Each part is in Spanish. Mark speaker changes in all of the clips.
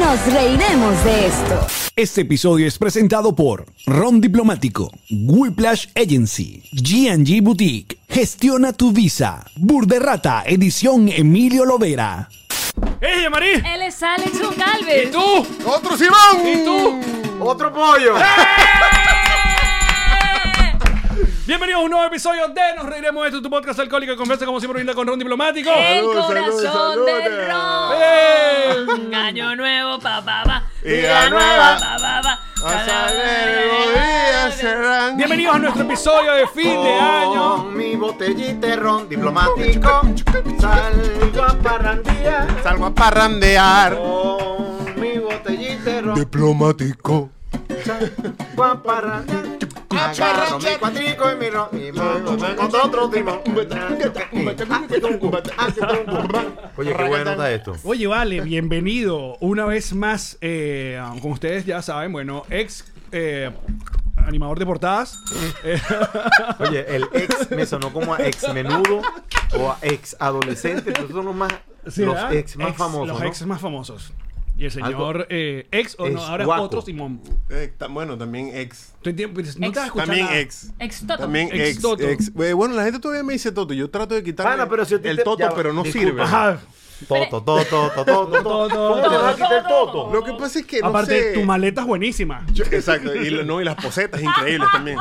Speaker 1: Nos reiremos de esto.
Speaker 2: Este episodio es presentado por Ron Diplomático, Whiplash Agency, GG Boutique, Gestiona tu Visa, Burderrata, Edición Emilio Lovera.
Speaker 3: ¡Ella, Marí!
Speaker 4: Él es Alex Goncalves.
Speaker 3: ¡Tú!
Speaker 5: ¡Otro Simón!
Speaker 3: ¿Y tú?
Speaker 5: ¡Otro pollo!
Speaker 3: Bienvenidos a un nuevo episodio de Nos Reiremos de Esto, tu podcast alcohólico y confianza como siempre brinda con Ron Diplomático.
Speaker 4: El
Speaker 5: Salud,
Speaker 4: corazón
Speaker 5: salud,
Speaker 4: del
Speaker 5: salud.
Speaker 4: ron.
Speaker 3: ¡Eh!
Speaker 4: Año nuevo, pa pa pa.
Speaker 5: Vida nueva.
Speaker 4: pa pa pa.
Speaker 5: A
Speaker 4: Cada
Speaker 5: saber,
Speaker 4: vez
Speaker 5: los días serán.
Speaker 3: Bienvenidos a nuestro episodio de fin de año.
Speaker 5: Con mi botellita de ron diplomático. Salgo a parrandear. Salgo a parrandear. Con mi botellita de ron diplomático. Salgo a parrandear. Agarro mi cuatrico y mi ron y me encontré otro timón. Oye, qué bueno está esto.
Speaker 3: Oye, vale, bienvenido una vez más. eh, como ustedes ya saben, bueno, ex eh, animador de portadas. Eh,
Speaker 5: Oye, el ex me sonó como a ex menudo o a ex adolescente, pero son los más
Speaker 3: ¿sí,
Speaker 5: los
Speaker 3: ¿verdad?
Speaker 5: ex más famosos,
Speaker 3: Los
Speaker 5: ¿no?
Speaker 3: ex más famosos. Y el
Speaker 5: Algo-
Speaker 3: señor eh, ex, o no,
Speaker 5: Ex
Speaker 3: ahora
Speaker 5: guaco.
Speaker 3: otro Simón.
Speaker 6: Eh, ta- bueno, también ex.
Speaker 3: ¿Tú entiendes? No
Speaker 4: Ex.
Speaker 3: te vas a escuchar
Speaker 6: También
Speaker 3: nada.
Speaker 6: ex.
Speaker 4: Ex Toto.
Speaker 6: También
Speaker 3: Ex
Speaker 6: ex.
Speaker 3: Toto.
Speaker 6: ex. Eh, bueno, la gente todavía me dice Toto. Yo trato de quitarle
Speaker 5: Pana, pero si a ti
Speaker 6: el
Speaker 5: te-
Speaker 6: Toto,
Speaker 5: ya va,
Speaker 6: pero no
Speaker 5: disculpa.
Speaker 6: sirve.
Speaker 3: Ajá.
Speaker 5: Toto, toto, toto, toto,
Speaker 3: Toto,
Speaker 5: ¿Cómo te vas a quitar el toto?
Speaker 6: Lo que pasa es que no
Speaker 3: Aparte,
Speaker 6: sé-
Speaker 3: tu maleta es buenísima.
Speaker 6: Yo- exacto. Y, lo- no, y las posetas increíbles también.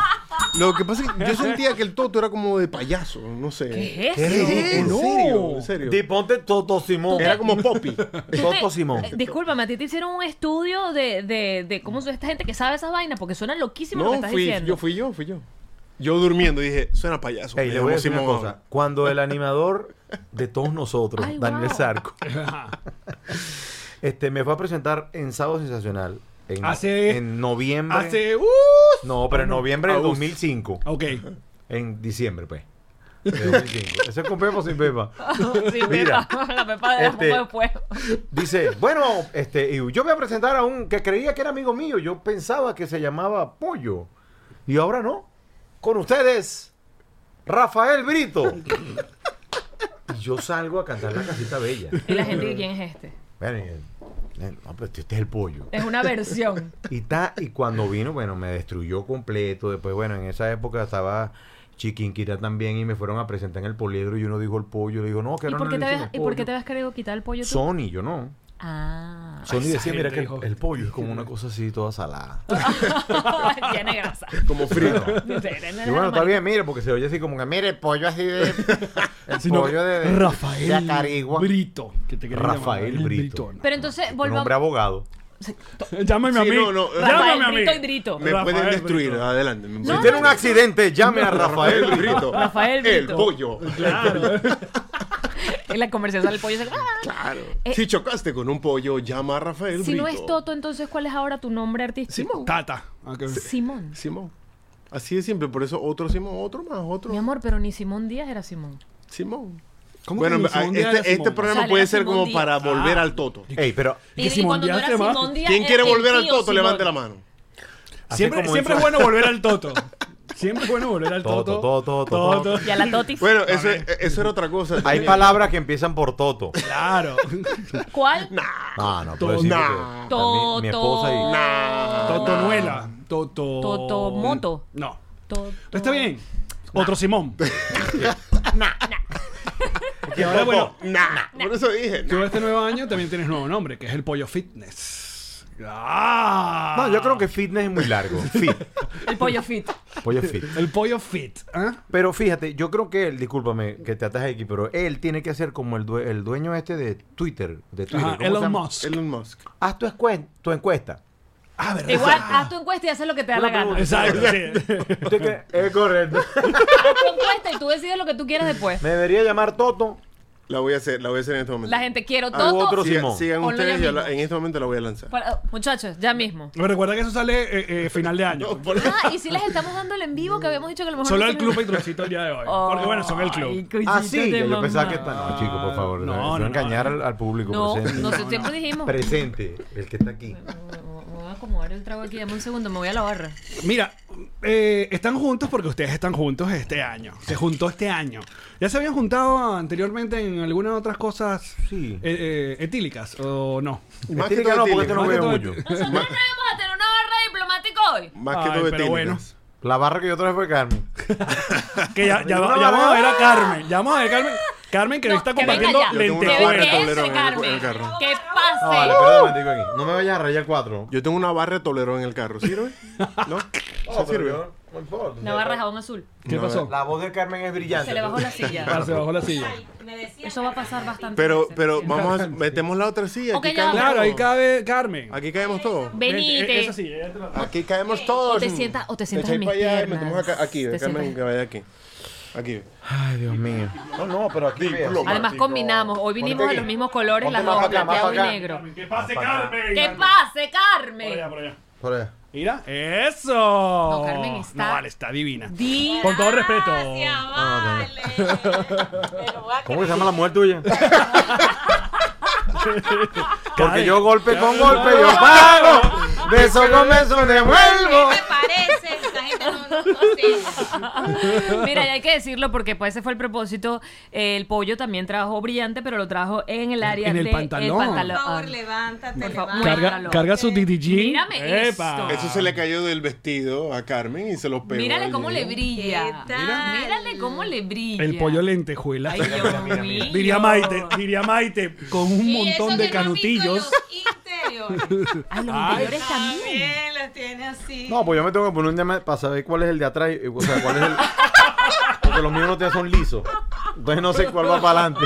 Speaker 6: Lo que pasa es que yo sentía que el Toto era como de payaso. No sé.
Speaker 4: ¿Qué es
Speaker 6: ¿Qué? ¿En
Speaker 5: No.
Speaker 6: serio? ¿En serio?
Speaker 5: Di, ponte toto Simón.
Speaker 6: Era como Poppy.
Speaker 4: Tú te-
Speaker 5: toto Simón.
Speaker 4: eh, Discúlpame, a ti te hicieron un estudio de, de, de cómo son esta gente que sabe esas vainas porque suena loquísimo lo que
Speaker 6: no,
Speaker 4: estás
Speaker 6: fui,
Speaker 4: diciendo.
Speaker 6: yo fui yo, fui yo. Yo durmiendo dije, suena payaso.
Speaker 5: Ey,
Speaker 6: me
Speaker 5: le voy
Speaker 6: llamo
Speaker 5: a decir una
Speaker 6: Simón.
Speaker 5: cosa. Cuando el animador de todos nosotros,
Speaker 4: Ay,
Speaker 5: Daniel
Speaker 4: wow.
Speaker 5: Sarco, este, me fue a presentar en Sábado Sensacional en,
Speaker 3: Hace-
Speaker 5: en noviembre.
Speaker 3: Hace. ¡Uh!
Speaker 5: No, pero en noviembre del
Speaker 6: Aus.
Speaker 5: 2005.
Speaker 3: Ok.
Speaker 5: En diciembre, pues. De 2005. Eso es con Pepa o sin Pepa.
Speaker 4: Sí,
Speaker 5: Mira,
Speaker 4: Pepa, la pepa de
Speaker 5: este-
Speaker 4: un poco después.
Speaker 5: Dice, bueno, este, y yo voy a presentar a un que creía que era amigo mío. Yo pensaba que se llamaba Pollo. Y ahora no. Con ustedes, Rafael Brito. y yo salgo a cantar la casita bella.
Speaker 4: Y la gente, ¿quién es este?
Speaker 5: Bueno, y el- no, pero este es el pollo.
Speaker 4: Es una versión.
Speaker 5: Y, ta- y cuando vino, bueno, me destruyó completo. Después, bueno, en esa época estaba Chiquinquita también y me fueron a presentar en el poliedro y uno dijo el pollo. Le digo, no, que
Speaker 4: ¿Y
Speaker 5: ahora
Speaker 4: por,
Speaker 5: no
Speaker 4: qué
Speaker 5: le
Speaker 4: te
Speaker 5: dicen
Speaker 4: habías,
Speaker 5: el
Speaker 4: ¿Y por qué
Speaker 5: pollo.
Speaker 4: te habías querido quitar el pollo tú?
Speaker 5: Sony, yo no.
Speaker 4: Ah.
Speaker 5: Sony
Speaker 3: esa
Speaker 5: decía, mira
Speaker 3: gente,
Speaker 5: que el,
Speaker 3: hijo.
Speaker 5: el pollo es como una cosa así toda salada.
Speaker 4: Tiene grasa.
Speaker 6: Como frito.
Speaker 5: Y bueno, está bien, mire, porque se oye así como que, mire, el pollo así de... El
Speaker 3: Sino
Speaker 5: pollo de... de-
Speaker 3: Rafael
Speaker 5: de Acarigua.
Speaker 3: Brito. Que te quería llamar,
Speaker 5: Rafael
Speaker 3: el
Speaker 5: Brito.
Speaker 3: ¿no?
Speaker 4: Pero entonces,
Speaker 5: Un hombre
Speaker 4: volvamos.
Speaker 5: abogado.
Speaker 3: Llámame a
Speaker 6: Sí,
Speaker 3: mí.
Speaker 6: no, no.
Speaker 3: Llámame a
Speaker 4: Rafael
Speaker 3: mí.
Speaker 4: Brito y Brito.
Speaker 6: Me
Speaker 3: Rafael
Speaker 6: pueden destruir.
Speaker 3: Brito.
Speaker 6: Adelante. me
Speaker 4: No,
Speaker 6: pueden
Speaker 5: Si tiene un
Speaker 6: destruir.
Speaker 5: accidente, llame a Rafael Brito.
Speaker 6: Brito.
Speaker 4: Rafael
Speaker 6: El
Speaker 4: Brito.
Speaker 6: pollo.
Speaker 4: En la conversación del pollo se...
Speaker 6: Claro.
Speaker 4: Eh,
Speaker 6: si chocaste con un pollo, llama a Rafael
Speaker 4: Si no
Speaker 6: Brito.
Speaker 4: es Toto, entonces ¿cuál es ahora tu nombre artístico?
Speaker 6: Simón.
Speaker 3: Tata. Ok.
Speaker 4: Simón.
Speaker 6: Ah, Simón. Así de simple. Por eso otro Simón, otro más, otro
Speaker 4: Mi amor, pero ni Simón Díaz era Simón.
Speaker 6: Simón.
Speaker 3: ¿Cómo
Speaker 6: Bueno,
Speaker 3: que
Speaker 6: a-
Speaker 3: Simón Díaz era
Speaker 6: este, este
Speaker 3: Simón?
Speaker 6: programa
Speaker 4: Sale
Speaker 6: puede
Speaker 4: a
Speaker 6: ser
Speaker 4: Simón
Speaker 6: como
Speaker 4: Díaz.
Speaker 6: para volver
Speaker 3: Ah.
Speaker 6: al Toto.
Speaker 5: Ey, pero
Speaker 3: Y que Simón Díaz se va.
Speaker 4: Díaz.
Speaker 6: ¿Quién quiere
Speaker 4: el- el
Speaker 6: volver al
Speaker 4: tío
Speaker 6: Toto?
Speaker 4: Simón.
Speaker 6: Levante la mano.
Speaker 5: así
Speaker 3: Siempre,
Speaker 5: como
Speaker 3: siempre es
Speaker 5: hizo-
Speaker 3: bueno volver al Toto. Siempre es bueno volver al Toto.
Speaker 5: Toto, Toto, Toto.
Speaker 4: Y a la Totis.
Speaker 6: Bueno, eso, eh, eso era otra cosa.
Speaker 5: Hay palabras que empiezan por Toto.
Speaker 3: Claro.
Speaker 4: ¿Cuál?
Speaker 5: No, no,
Speaker 3: Toto.
Speaker 5: puedo decir
Speaker 6: Nah.
Speaker 5: porque
Speaker 4: Toto.
Speaker 5: también Mi esposa y... Ah,
Speaker 3: Totonuela. Toto.
Speaker 4: Totomoto.
Speaker 3: No.
Speaker 4: Toto.
Speaker 3: Pero está bien. Otro Simón.
Speaker 6: Y
Speaker 3: ahora, bueno,
Speaker 6: nah. Por eso dije.
Speaker 3: Tú
Speaker 6: nah.
Speaker 3: este nuevo año también tienes nuevo nombre, que es el Pollo Fitness. Ah.
Speaker 5: No, yo creo que fitness es muy largo. Fit.
Speaker 4: El pollo fit.
Speaker 5: Pollo fit.
Speaker 3: El pollo fit. ¿eh?
Speaker 5: Pero fíjate, yo creo que él, discúlpame que te ataje aquí, pero él tiene que ser como el, due- el dueño este de Twitter. De Twitter
Speaker 3: Ajá,
Speaker 5: ¿cómo se
Speaker 3: Elon
Speaker 5: llama?
Speaker 3: Musk.
Speaker 6: Elon Musk.
Speaker 5: Haz tu, escuen- tu encuesta.
Speaker 3: Ah, ¿verdad?
Speaker 4: Igual, haz tu encuesta y haces lo que te da la gana. Haz
Speaker 3: Exacto. sí.
Speaker 5: ¿Usted cree- es correcto.
Speaker 4: tu encuesta y tú decides lo que tú quieres después.
Speaker 5: Me debería llamar Toto.
Speaker 6: La voy a hacer, la voy a hacer en este momento.
Speaker 4: La gente quiero
Speaker 5: Ah,
Speaker 4: todo.
Speaker 5: otro sí.
Speaker 6: Sigan,
Speaker 5: Simón.
Speaker 6: sigan
Speaker 4: Ponlo
Speaker 6: ustedes,
Speaker 4: ya
Speaker 6: yo la-
Speaker 4: mismo.
Speaker 6: en este momento la voy a lanzar.
Speaker 4: Para- muchachos, ya mismo.
Speaker 3: Pero recuerda que eso sale eh, eh, final de año.
Speaker 4: Ah, y si les estamos dando el en vivo que habíamos dicho que a lo mejor.
Speaker 3: Solo
Speaker 4: no
Speaker 3: el
Speaker 4: tienen-
Speaker 3: club patroncito el día de hoy.
Speaker 4: Ay,
Speaker 3: Porque bueno, son el club.
Speaker 4: cochito
Speaker 5: Ah, sí.
Speaker 4: de
Speaker 5: Yo, yo pensaba
Speaker 4: mamá.
Speaker 5: que está. No, chico, por favor.
Speaker 3: No,
Speaker 5: No,
Speaker 3: no, no.
Speaker 5: engañar al, al público
Speaker 4: No,
Speaker 5: presente.
Speaker 4: nosotros siempre dijimos.
Speaker 5: Presente, el que está aquí.
Speaker 4: Me voy a acomodar el trago aquí, dame un segundo, me voy a la barra.
Speaker 3: Mira, eh, están juntos porque ustedes están juntos este año. Se juntó este año. Ya se habían juntado anteriormente en algunas otras cosas
Speaker 5: Sí.
Speaker 3: eh, eh, etílicas o no.
Speaker 6: Y más
Speaker 5: Este
Speaker 6: que todo
Speaker 5: no, porque este
Speaker 6: etílicas,
Speaker 5: no
Speaker 6: más que
Speaker 5: veo
Speaker 6: todo
Speaker 5: mucho.
Speaker 4: Nosotros no íbamos a tener una barra diplomática hoy.
Speaker 6: Más que
Speaker 3: Ay,
Speaker 6: todo
Speaker 3: pero
Speaker 6: etílicas.
Speaker 3: bueno.
Speaker 5: La barra que yo traje fue Carmen.
Speaker 3: Que ya, ya va- ya vamos a ver a Carmen. Ya vamos a ver a Carmen. Carmen que
Speaker 4: No,
Speaker 3: le está
Speaker 4: que venga
Speaker 3: compartiendo
Speaker 4: ya.
Speaker 6: Yo tengo una
Speaker 4: Que
Speaker 6: barra
Speaker 3: lentejuelas.
Speaker 6: de
Speaker 4: venga
Speaker 6: tablero
Speaker 4: ese,
Speaker 6: en el- en
Speaker 4: Carmen.
Speaker 6: el carro.
Speaker 4: Que
Speaker 5: No, vale,
Speaker 4: pase.
Speaker 5: perdón, mantico aquí. No me vayas a rayar cuatro.
Speaker 6: Yo tengo una barra de tolerón en el carro. ¿Sirve? ¿No?
Speaker 5: Oh,
Speaker 6: ¿Sí sirve?
Speaker 4: Una barra de jabón azul.
Speaker 3: ¿Qué
Speaker 6: No,
Speaker 3: pasó?
Speaker 5: La voz de Carmen es brillante.
Speaker 4: Se le bajó la silla.
Speaker 3: Ah, se bajó la silla.
Speaker 4: Eso va a pasar bastante.
Speaker 6: Pero,
Speaker 4: veces.
Speaker 6: pero vamos a... Metemos la otra silla.
Speaker 4: Ok,
Speaker 6: Aquí
Speaker 4: ya
Speaker 6: caemos
Speaker 3: Claro, ahí
Speaker 6: todos.
Speaker 3: cabe Carmen. eh,
Speaker 6: Aquí caemos todos.
Speaker 4: Venite.
Speaker 3: Esa silla, ya te la-
Speaker 6: Aquí caemos todos.
Speaker 4: Eh, O te sienta- o te sientas
Speaker 6: echáis
Speaker 4: en mis
Speaker 6: pa' allá y
Speaker 4: piernas.
Speaker 6: metemos acá- aquí,
Speaker 4: Te
Speaker 6: Carmen,
Speaker 4: sientas-
Speaker 6: que vaya aquí. Aquí.
Speaker 5: Ay, Dios mío. No, no, pero aquí.
Speaker 6: Diploma.
Speaker 5: vea, sí.
Speaker 4: Además combinamos, hoy vinimos
Speaker 5: Ponte
Speaker 4: de
Speaker 5: aquí.
Speaker 4: los mismos colores,
Speaker 5: Ponte
Speaker 4: las
Speaker 5: más
Speaker 4: dos,
Speaker 5: para acá, más
Speaker 4: plateado y
Speaker 5: para acá.
Speaker 4: negro.
Speaker 3: ¡Que pase Carmen!
Speaker 4: ¡Que pase,
Speaker 3: Por allá,
Speaker 4: Carmen!
Speaker 3: por allá.
Speaker 5: Por allá.
Speaker 3: Mira, eso.
Speaker 4: Carmen está-
Speaker 3: No, vale, está divina.
Speaker 4: Di-
Speaker 3: Con todo respeto.
Speaker 4: Gracias, vale. Pero voy a
Speaker 5: Ah, ¿Cómo
Speaker 4: creer.
Speaker 5: que se llama la mujer tuya?
Speaker 3: Ay,
Speaker 5: Porque yo golpe con golpe,
Speaker 3: no,
Speaker 5: yo
Speaker 3: no,
Speaker 5: pago. Beso con beso, devuelvo.
Speaker 7: parece? La gente no, no, no sé.
Speaker 4: Mira, y hay que decirlo porque pues ese fue el propósito. Eh, el pollo también trabajó brillante, pero lo trajo en el área
Speaker 3: En el
Speaker 4: de
Speaker 3: pantalón.
Speaker 7: Por favor, levántate,
Speaker 4: Por
Speaker 3: Carga,
Speaker 4: favor.
Speaker 7: levántate.
Speaker 4: Muéstralo.
Speaker 3: carga su DDG.
Speaker 4: Mírame
Speaker 3: Epa.
Speaker 4: esto.
Speaker 6: Eso se le cayó del vestido a Carmen y se lo pegó.
Speaker 4: Mírale
Speaker 6: allí.
Speaker 4: cómo le brilla.
Speaker 7: ¿Qué tal?
Speaker 4: Mírale cómo le brilla.
Speaker 3: El pollo lentejuela.
Speaker 4: Ay, Dios mío.
Speaker 3: diría Maite, diría Maite, con un montón de canutillos.
Speaker 7: Interior.
Speaker 4: Ay, Ah, los
Speaker 3: Ay.
Speaker 4: interiores también.
Speaker 7: los tiene así.
Speaker 5: No, pues yo me tengo que poner un diamante para saber cuál es el de atrás. y- O sea, cuál es el. Porque los míos no te- son lisos. Entonces no sé cuál va para adelante.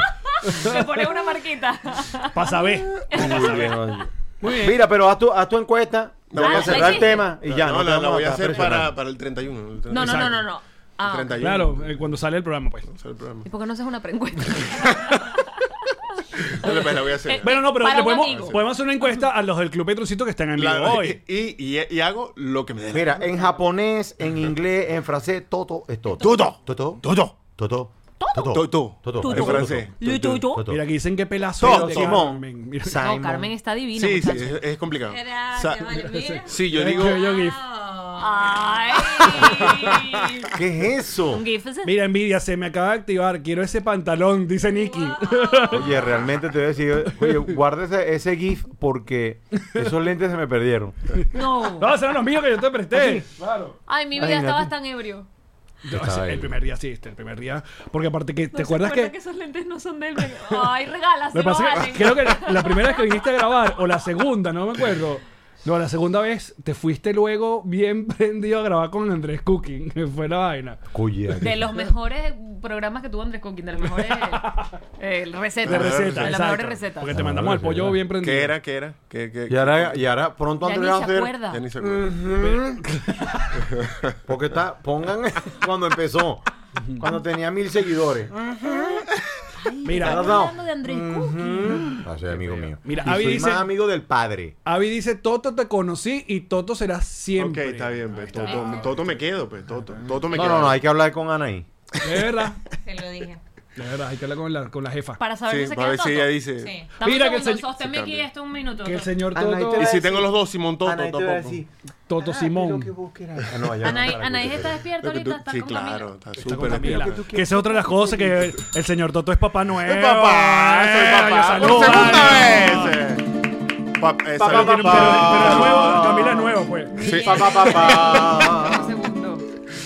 Speaker 4: Se pone una marquita.
Speaker 3: Pasa B. Muy bien.
Speaker 5: Mira, pero haz tu, haz tu encuesta.
Speaker 6: La
Speaker 4: Ah,
Speaker 5: Voy
Speaker 6: voy a
Speaker 5: a
Speaker 4: pues,
Speaker 6: hacer.
Speaker 5: cerrar el tema y
Speaker 6: No,
Speaker 5: ya.
Speaker 6: no,
Speaker 5: te
Speaker 6: la, la
Speaker 5: vamos a
Speaker 6: voy a
Speaker 5: estar
Speaker 6: hacer para,
Speaker 5: presionando.
Speaker 6: para el 31. el
Speaker 4: No, no, no, no, no. Ah,
Speaker 6: 31.
Speaker 3: Claro, eh, cuando sale el programa, pues.
Speaker 6: Sale el programa.
Speaker 4: ¿Y por qué no haces una preencuesta?
Speaker 6: Dale, pues, la voy a hacer.
Speaker 3: Eh, Bueno, no, pero
Speaker 4: Para
Speaker 3: le
Speaker 4: un
Speaker 3: podemos,
Speaker 4: amigo.
Speaker 3: podemos hacer una encuesta a los del Club Petrocito que están en vivo
Speaker 6: La-
Speaker 3: hoy.
Speaker 6: y, y- y hago lo que me dé. la
Speaker 5: Mira, en japonés, en inglés, en francés, toto es toto. Toto. Toto. Toto. Toto. Toto.
Speaker 6: Toto.
Speaker 5: Toto.
Speaker 6: En francés.
Speaker 4: Yo, yo, yo.
Speaker 5: Toto.
Speaker 3: Mira, aquí dicen que pelazo.
Speaker 6: Todo,
Speaker 3: de
Speaker 6: Simón.
Speaker 3: Carmen. Mira.
Speaker 5: Simon.
Speaker 4: No, Carmen está divina.
Speaker 6: Sí, sí,
Speaker 4: muchacho.
Speaker 6: es, es complicado.
Speaker 7: Gracias,
Speaker 6: Sa-
Speaker 7: vale, mira.
Speaker 6: Sí, yo digo.
Speaker 3: Yo- yo gif.
Speaker 4: Ay.
Speaker 5: ¿Qué es eso?
Speaker 4: Un gif ese.
Speaker 3: Mira, envidia, se me acaba de activar. Quiero ese pantalón, dice Nicky.
Speaker 5: Oye, realmente te voy a decir, oye, guarda ese, ese GIF porque esos lentes se me perdieron. Ah,
Speaker 4: No.
Speaker 3: No, serán los míos que yo te presté.
Speaker 4: Ay, mi vida,
Speaker 5: Imagínate.
Speaker 4: estabas tan ebrio.
Speaker 3: No,
Speaker 5: Está
Speaker 3: sí, el
Speaker 5: bien.
Speaker 3: primer día sí, este, el primer día. Porque aparte que, ¿te
Speaker 4: No se
Speaker 3: acuerdas
Speaker 4: acuerda
Speaker 3: que,
Speaker 4: que esos lentes no son de él? ven. Ay, regalas,
Speaker 3: Lo que pasa es
Speaker 4: vale.
Speaker 3: que creo que la, la primera vez que viniste a grabar, o la segunda, no me acuerdo. No, la segunda vez te fuiste luego bien prendido a grabar con Andrés Cooking, que fue la vaina. Mm.
Speaker 5: Cuya.
Speaker 4: De los mejores programas que tuvo Andrés Coquín, de las mejores eh, recetas.
Speaker 3: De receta,
Speaker 4: De las
Speaker 3: exacto.
Speaker 4: mejores recetas.
Speaker 3: Porque te
Speaker 5: Ah,
Speaker 3: mandamos
Speaker 5: la
Speaker 3: al pollo
Speaker 5: receta.
Speaker 3: pues bien prendido.
Speaker 6: ¿Qué era? ¿Qué era? ¿Qué, qué,
Speaker 5: Y ahora, y ahora pronto
Speaker 4: Ya
Speaker 5: Andrés
Speaker 4: ni
Speaker 5: va a
Speaker 4: se
Speaker 5: hacer.
Speaker 4: acuerda.
Speaker 6: Ya ni se acuerda.
Speaker 5: Porque está, pongan cuando empezó, cuando tenía mil seguidores.
Speaker 3: Mira,
Speaker 5: Ahora
Speaker 4: Estamos
Speaker 5: no.
Speaker 4: hablando de Andrés Cooking.
Speaker 5: Así amigo mío.
Speaker 3: Mira,
Speaker 5: y
Speaker 3: Avi
Speaker 5: soy
Speaker 3: dice-
Speaker 5: más amigo del padre.
Speaker 3: Avi dice, Toto te conocí y Toto será
Speaker 6: Ok,
Speaker 3: siempre.
Speaker 6: está bien, pues. Toto, Toto me quedo, pues. Toto, Toto me
Speaker 5: No,
Speaker 6: quedo.
Speaker 5: no, no, hay que hablar con Anaí.
Speaker 3: De verdad,
Speaker 7: Se lo dije.
Speaker 3: de verdad, hay que hablar con la, con la jefa.
Speaker 4: Para saber
Speaker 6: Sí,
Speaker 4: si se
Speaker 6: a
Speaker 4: queda
Speaker 6: ver si
Speaker 4: Toto.
Speaker 6: ella dice.
Speaker 7: Sí.
Speaker 4: Dame
Speaker 3: Mira
Speaker 4: Mira
Speaker 3: que
Speaker 4: que
Speaker 3: el señor-
Speaker 4: Sosténme
Speaker 6: se
Speaker 4: aquí
Speaker 6: cambia.
Speaker 4: esto un minuto.
Speaker 3: Que el
Speaker 4: Toto.
Speaker 3: señor
Speaker 5: Ana, ahí
Speaker 3: Toto,
Speaker 5: te
Speaker 6: Y
Speaker 5: ves.
Speaker 6: si tengo los dos, Simón Toto
Speaker 5: Anaí te va a
Speaker 6: tampoco.
Speaker 5: decir,
Speaker 3: Toto Simón.
Speaker 5: ah, no, ya no
Speaker 4: Anaí,
Speaker 5: está la
Speaker 4: Anaí
Speaker 5: cosa.
Speaker 4: está despierta
Speaker 6: Lo que tú-
Speaker 4: ahorita, está
Speaker 6: sí,
Speaker 4: con
Speaker 6: claro,
Speaker 4: Camila.
Speaker 6: está
Speaker 3: Está con
Speaker 6: súper
Speaker 3: Camila.
Speaker 6: despierto.
Speaker 3: Que esa es otra de las cosas que el, el señor Toto es Papá Noel. Eh,
Speaker 6: Es papá, soy
Speaker 3: Ay,
Speaker 6: papá.
Speaker 3: saluda,
Speaker 6: Por segunda
Speaker 3: ay, no.
Speaker 6: vez. Pa- eh,
Speaker 5: Papá,
Speaker 6: salud.
Speaker 3: Pero, pero es nuevo, Camila es nuevo, pues.
Speaker 6: Sí.
Speaker 5: Pa, pa, pa, pa.
Speaker 4: Un segundo.